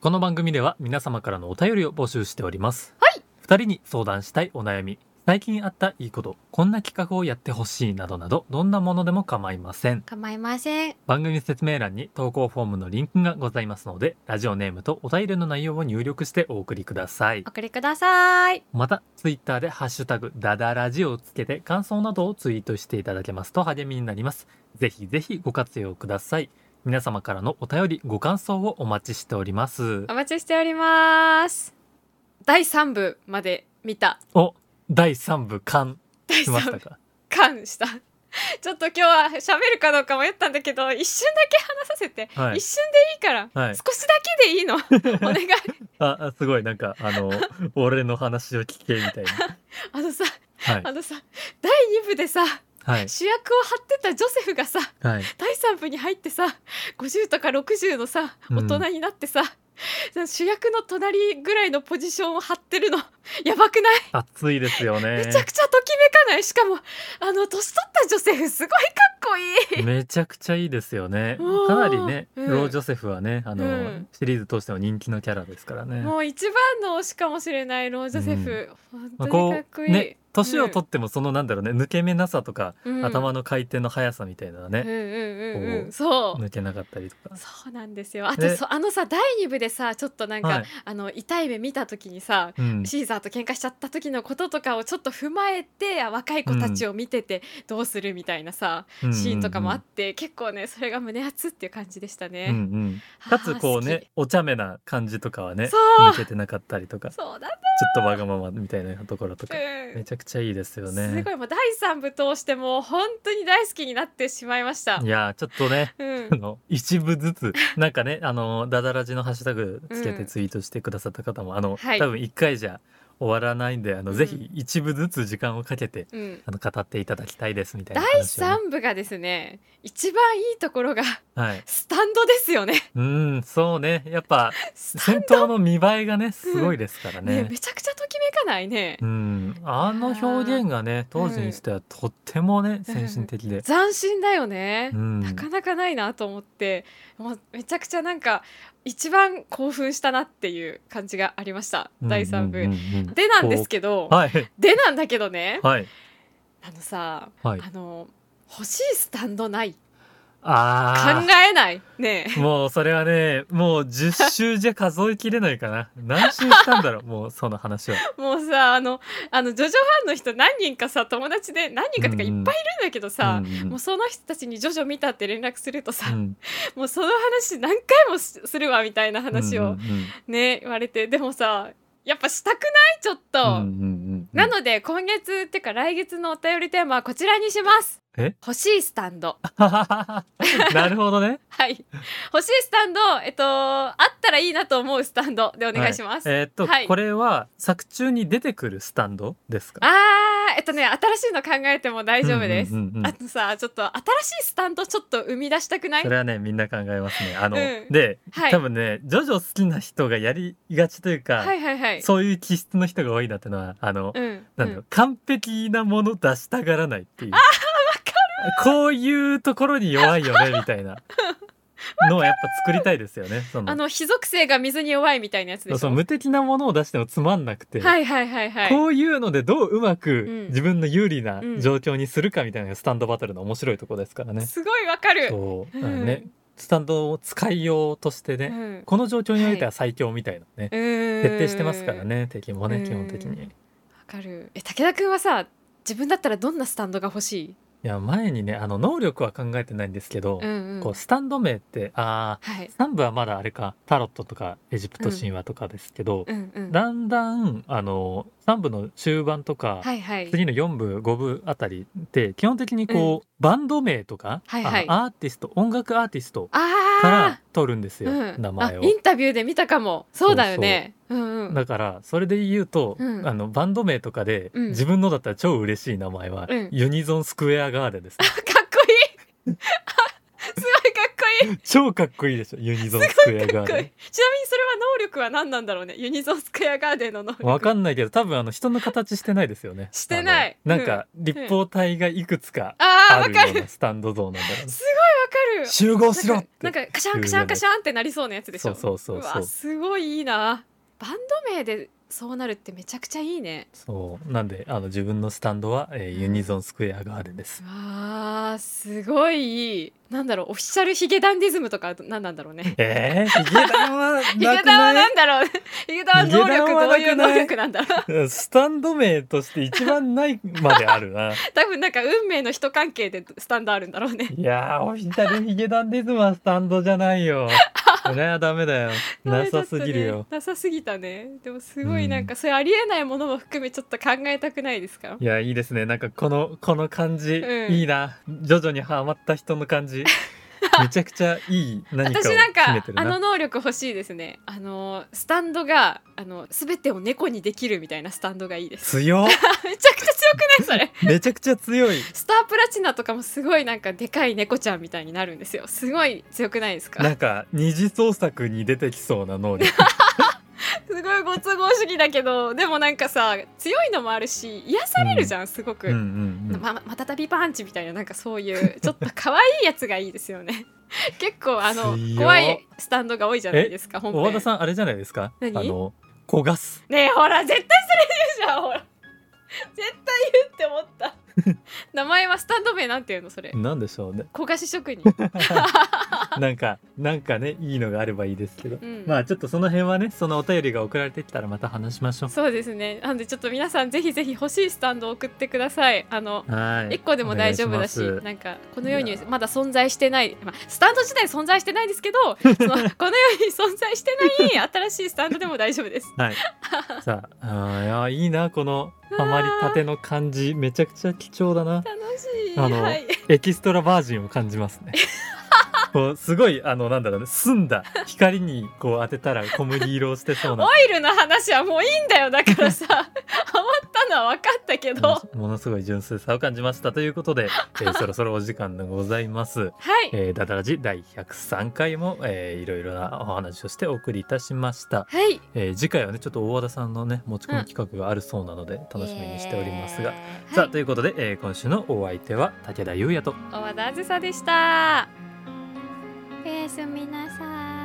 [SPEAKER 2] この番組では皆様からのお便りを募集しておりますはい二人に相談したいお悩み最近あったいいことこんな企画をやってほしいなどなどどんなものでも構いません
[SPEAKER 1] 構いません
[SPEAKER 2] 番組説明欄に投稿フォームのリンクがございますのでラジオネームとお便りの内容を入力してお送りください
[SPEAKER 1] お送りください
[SPEAKER 2] またツイッターでハッシュタグダダラジオをつけて感想などをツイートしていただけますと励みになりますぜひぜひご活用ください皆様からのお便りご感想をお待ちしております
[SPEAKER 1] お待ちしております第三部まで見た
[SPEAKER 2] お第三部完
[SPEAKER 1] 第
[SPEAKER 2] しま
[SPEAKER 1] 三
[SPEAKER 2] した
[SPEAKER 1] 部
[SPEAKER 2] か
[SPEAKER 1] 感した [laughs] ちょっと今日は喋るかどうか迷ったんだけど一瞬だけ話させて、
[SPEAKER 2] はい
[SPEAKER 1] 一瞬でいいから、
[SPEAKER 2] はい
[SPEAKER 1] 少しだけでいい
[SPEAKER 2] [laughs]
[SPEAKER 1] のお願い
[SPEAKER 2] ああすごいなんかあ
[SPEAKER 1] [laughs]
[SPEAKER 2] の俺の話を聞けみたいな
[SPEAKER 1] あのさ
[SPEAKER 2] はい
[SPEAKER 1] あのさ第2部でさ
[SPEAKER 2] はい
[SPEAKER 1] 主役を張ってたジョセフがさ
[SPEAKER 2] はい
[SPEAKER 1] 第3部に入ってさ50とか60のさ
[SPEAKER 2] うん
[SPEAKER 1] 大人になってさ、主役の隣ぐらいのポジションを張ってるのやばくない、
[SPEAKER 2] 暑いですよね
[SPEAKER 1] めちゃくちゃときめかないしかもあの年取ったジョセフすごいかっこいい
[SPEAKER 2] めちゃくちゃいいですよね
[SPEAKER 1] おー
[SPEAKER 2] かなりね、
[SPEAKER 1] うん
[SPEAKER 2] ロー・ジョセフはねあの、
[SPEAKER 1] うん
[SPEAKER 2] シリーズ通しての人気のキャラですからね
[SPEAKER 1] もう一番の推しかもしれないロージョセフ、
[SPEAKER 2] まあ
[SPEAKER 1] 本当にかっこいい、
[SPEAKER 2] ね年を取ってもそのなんだろうね抜け目なさとか、
[SPEAKER 1] うん
[SPEAKER 2] 頭の回転の速さみたいなのは
[SPEAKER 1] うんう
[SPEAKER 2] ね、
[SPEAKER 1] んうんう
[SPEAKER 2] こ
[SPEAKER 1] んそう、
[SPEAKER 2] 抜けなかったりとか
[SPEAKER 1] そうなんですよあと
[SPEAKER 2] ね
[SPEAKER 1] そあのさ第2部でさちょっとなんか、
[SPEAKER 2] はい
[SPEAKER 1] あの痛い目見た時にさ
[SPEAKER 2] うん
[SPEAKER 1] シーザーと喧嘩しちゃった時のこととかをちょっと踏まえてあ若い子たちを見ててどうするみたいなさ、シーンとかもあって、結構ねそれが胸熱っていう感じでした
[SPEAKER 2] うんうん
[SPEAKER 1] ね。
[SPEAKER 2] うん
[SPEAKER 1] あー
[SPEAKER 2] かつこう
[SPEAKER 1] 好
[SPEAKER 2] ねお茶目な感じとかはね
[SPEAKER 1] そう
[SPEAKER 2] 抜けてなかったりとか
[SPEAKER 1] き
[SPEAKER 2] ちょ
[SPEAKER 1] そうだ
[SPEAKER 2] っとわがままみたいなところとか
[SPEAKER 1] ね、
[SPEAKER 2] めちゃくちゃいいです
[SPEAKER 1] う
[SPEAKER 2] よ
[SPEAKER 1] ん
[SPEAKER 2] ね
[SPEAKER 1] すごいもう第3部通してもう本当に大好きになってしまいました。
[SPEAKER 2] いやーちょっ
[SPEAKER 1] [laughs]
[SPEAKER 2] とね
[SPEAKER 1] うん
[SPEAKER 2] [laughs] あ、の一部ずつなんかねあのダダラジのハッシュタグつけてツイートしてくださった方も、あの、
[SPEAKER 1] はい
[SPEAKER 2] 多分一回じゃ終わらないんであの、
[SPEAKER 1] うん
[SPEAKER 2] ぜひ一部ずつ時間をかけて
[SPEAKER 1] うん、
[SPEAKER 2] あの語っていただきたいですみたいな
[SPEAKER 1] 第
[SPEAKER 2] 話をね、
[SPEAKER 1] 3部がですね一番いいところが
[SPEAKER 2] はい
[SPEAKER 1] スタンドですよ
[SPEAKER 2] [laughs]
[SPEAKER 1] ね。
[SPEAKER 2] うんそうねやっぱ
[SPEAKER 1] スタン
[SPEAKER 2] 戦闘の見栄えがねすごいですから
[SPEAKER 1] ね
[SPEAKER 2] ね
[SPEAKER 1] めちゃくちゃときめかないね。
[SPEAKER 2] うんあの表現がね当時にしてはとってもね先進的で、
[SPEAKER 1] 斬新だよね、
[SPEAKER 2] うん
[SPEAKER 1] なかなかないなと思ってもうめちゃくちゃなんか一番興奮したなっていう感じがありました、第3部。
[SPEAKER 2] うんうんうんうん
[SPEAKER 1] でなんですけど、
[SPEAKER 2] こうはい
[SPEAKER 1] でなんだけどね、
[SPEAKER 2] はい
[SPEAKER 1] あのさ、
[SPEAKER 2] はい
[SPEAKER 1] あの欲しいスタンドない考
[SPEAKER 2] ああ
[SPEAKER 1] えないねえ
[SPEAKER 2] もうそれはねもう10周じゃ数えきれないかな何周したん
[SPEAKER 1] [laughs]
[SPEAKER 2] だろうもうその話は
[SPEAKER 1] もうさあのあのジョジョファンの人何人かさ友達で何人かってかいっぱいいるんだけどさ、
[SPEAKER 2] うんうん
[SPEAKER 1] もうその人たちに「ジョジョ見た」って連絡するとさ、
[SPEAKER 2] うん
[SPEAKER 1] もうその話何回もしするわみたいな話
[SPEAKER 2] う
[SPEAKER 1] を
[SPEAKER 2] んうん
[SPEAKER 1] ね、言われてでもさやっぱしたくないちょっと、
[SPEAKER 2] うんうんうん
[SPEAKER 1] なので今月ってか来月のお便りテーマはこちらにします
[SPEAKER 2] え
[SPEAKER 1] 欲しいスタンド
[SPEAKER 2] [laughs] なるほどね
[SPEAKER 1] はい欲しいスタンドえっとあったらいいなと思うスタンドでお願いします、
[SPEAKER 2] はいえーっと、
[SPEAKER 1] はい
[SPEAKER 2] これは作中に出てくるスタンドですか
[SPEAKER 1] あーえっとね新しいの考えても大丈夫です、
[SPEAKER 2] うんうんうんうん
[SPEAKER 1] あとさちょっと新しいスタンドちょっと生み出したくない
[SPEAKER 2] それはねみんな考えますねあの、
[SPEAKER 1] うん
[SPEAKER 2] で、
[SPEAKER 1] はい
[SPEAKER 2] 多分ねジョジョ好きな人がやりがちというか、
[SPEAKER 1] はいはいはい
[SPEAKER 2] そういう気質の人が多いなってのはあの、
[SPEAKER 1] うん
[SPEAKER 2] なんだろう、完璧なもの出したがらないっていう。あかるこういうところに弱いよね、み
[SPEAKER 1] [laughs]
[SPEAKER 2] たいな。のをやっぱ作りたいですよね。そ
[SPEAKER 1] うん
[SPEAKER 2] の
[SPEAKER 1] あの非属性が水に弱いみたいなやつでし
[SPEAKER 2] そ
[SPEAKER 1] ょ
[SPEAKER 2] の無敵なものを出してもつまんなくて、
[SPEAKER 1] はいはいはいはい
[SPEAKER 2] こういうのでどううま
[SPEAKER 1] うん
[SPEAKER 2] く自分の有利な
[SPEAKER 1] うん
[SPEAKER 2] 状況にするかみたいなのがスタンドバトルの面白いところですからね。
[SPEAKER 1] すごいわかる
[SPEAKER 2] そう、
[SPEAKER 1] うん
[SPEAKER 2] あのねスタンドを使いようとしてね、
[SPEAKER 1] うん
[SPEAKER 2] この状況においては最強みたいなね、徹
[SPEAKER 1] 徹
[SPEAKER 2] 底してますからね敵もね基本的
[SPEAKER 1] う
[SPEAKER 2] に。
[SPEAKER 1] わかるえ武田君はさ自分だったらどんなスタンドが欲しい、
[SPEAKER 2] いや前にねあの能力は考えてないんですけど、
[SPEAKER 1] うんうん、
[SPEAKER 2] こうスタンド名ってああ
[SPEAKER 1] はい、
[SPEAKER 2] 3部はまだあれかタロットとかエジプト神話とかですけど、
[SPEAKER 1] うんうん、
[SPEAKER 2] だんだんあの3部の終盤とか、
[SPEAKER 1] はいはい
[SPEAKER 2] 次の4部5部あたりって基本的にこう、バンド名とか、
[SPEAKER 1] はいはい
[SPEAKER 2] あのアーティスト音楽アーティスト
[SPEAKER 1] あ
[SPEAKER 2] か
[SPEAKER 1] ー
[SPEAKER 2] ら取るんですよ、
[SPEAKER 1] うん、
[SPEAKER 2] 名前を
[SPEAKER 1] あイ。ンタビューで見たかもそうだよねうんうん
[SPEAKER 2] だからそれで言うと、
[SPEAKER 1] うん
[SPEAKER 2] あのバンド名とかで、
[SPEAKER 1] うん
[SPEAKER 2] 自分のだったら超嬉しい名前は、
[SPEAKER 1] うん
[SPEAKER 2] ユニゾンスクエアガーデンですね、
[SPEAKER 1] かっこいいすごいかっこいい
[SPEAKER 2] 超かっこいいでしょユニゾンスクエア
[SPEAKER 1] か
[SPEAKER 2] ガ
[SPEAKER 1] っ
[SPEAKER 2] ー
[SPEAKER 1] こ
[SPEAKER 2] デ
[SPEAKER 1] い
[SPEAKER 2] ン
[SPEAKER 1] い。ちなみにそれは能力は何なんだろうねユニゾンスクエアガーデンの能力
[SPEAKER 2] わかんないけど多分あの人の形してないですよね
[SPEAKER 1] してない
[SPEAKER 2] あのなんか立方体がいくつか
[SPEAKER 1] ああ
[SPEAKER 2] あ
[SPEAKER 1] わ
[SPEAKER 2] るよ
[SPEAKER 1] かるわ
[SPEAKER 2] うなスタンド像なんだろうね
[SPEAKER 1] すかる
[SPEAKER 2] 集合しろって
[SPEAKER 1] なんかなんかカシャンカシャンカシャンってなりそうなやつでしょ
[SPEAKER 2] そうそうそうそう
[SPEAKER 1] わすごいいいなバンド名でそうなるってめちゃくちゃいいね
[SPEAKER 2] そうなんであの自分のスタンドは、えーユニゾンスクエアガーデンです
[SPEAKER 1] わーすごいいいなんだろうオフィシャルヒゲダンディズムとか何なんだろうね
[SPEAKER 2] えー、ヒゲダンは [laughs] なく
[SPEAKER 1] ヒゲダンは
[SPEAKER 2] ない
[SPEAKER 1] 何だろう [laughs] ヒゲダンは能力
[SPEAKER 2] ヒゲダンは
[SPEAKER 1] ど
[SPEAKER 2] な
[SPEAKER 1] う
[SPEAKER 2] く
[SPEAKER 1] いう
[SPEAKER 2] ない
[SPEAKER 1] 能力なんだろう
[SPEAKER 2] うんスタンド名として一番ないまである [laughs] な
[SPEAKER 1] 多分なんか運命の人関係でスタンドあるんだろうね
[SPEAKER 2] いやーオフィシャルヒゲダンディズムはスタンドじゃない [laughs] よそれはダメだよ [laughs] なさすぎるよ、
[SPEAKER 1] [laughs] なさすぎたねでもすご
[SPEAKER 2] う
[SPEAKER 1] い
[SPEAKER 2] ん
[SPEAKER 1] なんかそれありえないものも含めちょっと考えたくないですか
[SPEAKER 2] いやいいですねなんかこのこの感じ、
[SPEAKER 1] うん
[SPEAKER 2] いいな徐々にハマった人の感 [laughs] じめちゃくちゃいい何かを
[SPEAKER 1] 私
[SPEAKER 2] 秘
[SPEAKER 1] なん
[SPEAKER 2] め
[SPEAKER 1] か
[SPEAKER 2] てるな
[SPEAKER 1] あの能力欲しいですねあのスタンドがあの全てを猫にできるみたいなスタンドがいいです [laughs]
[SPEAKER 2] [laughs] 強っ
[SPEAKER 1] めちゃくちゃ強くないそれ
[SPEAKER 2] めちゃくちゃ強い
[SPEAKER 1] スタープラチナとかもすごいなんかでかい猫ちゃんみたいになるんですよすごい強くないですか
[SPEAKER 2] なんか二次創作に出てきそうな能力
[SPEAKER 1] [laughs] すごいご都合主義だけどでもなんかさ強いのもあるし癒されるじゃん、すごく、
[SPEAKER 2] うんうんうん、
[SPEAKER 1] ままたたびパンチみたいななんかそう
[SPEAKER 2] [laughs]
[SPEAKER 1] いうちょっと可愛いやつがいいですよね [laughs] 結構あの
[SPEAKER 2] 強っ
[SPEAKER 1] 怖いスタンドが多いじゃないですか本
[SPEAKER 2] 大和田
[SPEAKER 1] 編
[SPEAKER 2] さんあれじゃないですかあ
[SPEAKER 1] 何
[SPEAKER 2] の焦がす
[SPEAKER 1] ねえほら絶対それ言うじゃんほら絶対言うって思った
[SPEAKER 2] [laughs]
[SPEAKER 1] 名前はスタンド名なんていうのそれ
[SPEAKER 2] なんでしょうね
[SPEAKER 1] 焦がし
[SPEAKER 2] [laughs]
[SPEAKER 1] 職人
[SPEAKER 2] なんかなんかねいいのがあればいいですけど、
[SPEAKER 1] うん
[SPEAKER 2] まあちょっとその辺はねそのお便りが送られてきたらまた話しましょう
[SPEAKER 1] そうですねなんでちょっと皆さんぜひぜひ欲しいスタンドを送ってくださいあの
[SPEAKER 2] はい
[SPEAKER 1] 一個でも大丈夫だし
[SPEAKER 2] お願いま
[SPEAKER 1] なんかこのよう
[SPEAKER 2] い
[SPEAKER 1] に
[SPEAKER 2] や
[SPEAKER 1] まだ存在してない、まあ、スタンド自体存在してないです
[SPEAKER 2] [laughs]
[SPEAKER 1] けどそのこのように存在してない新しいスタンドでも大丈夫です
[SPEAKER 2] すはい
[SPEAKER 1] [laughs]
[SPEAKER 2] さああーいやいいなこのハマりたての感じめちゃくちゃ貴重だな
[SPEAKER 1] 楽しい
[SPEAKER 2] あの
[SPEAKER 1] はい、
[SPEAKER 2] エキストラバージンを感じます
[SPEAKER 1] [laughs]
[SPEAKER 2] ねこうすごいあのなんだろうね澄んだ光にこう当てたら小麦色をしてそうな
[SPEAKER 1] オイルの話はもういいんだよだから
[SPEAKER 2] [laughs]
[SPEAKER 1] さハマったのは分かったけどは
[SPEAKER 2] ものすごい純粋さを感じましたとい
[SPEAKER 1] [laughs]
[SPEAKER 2] うことで、えーそろそろお時間でございます。
[SPEAKER 1] い
[SPEAKER 2] えー、ダダラジ第103回も、えーいろいろなお話をしてお送りいたしました、
[SPEAKER 1] はい
[SPEAKER 2] えー次回はねちょっと大和田さんのね持ち込み企画があるそうなので、楽しみにしておりますが、さあと
[SPEAKER 1] いう
[SPEAKER 2] いうことで、えー今週のお相手は武田優也と
[SPEAKER 1] 小和田あずさでしたおやすみなさい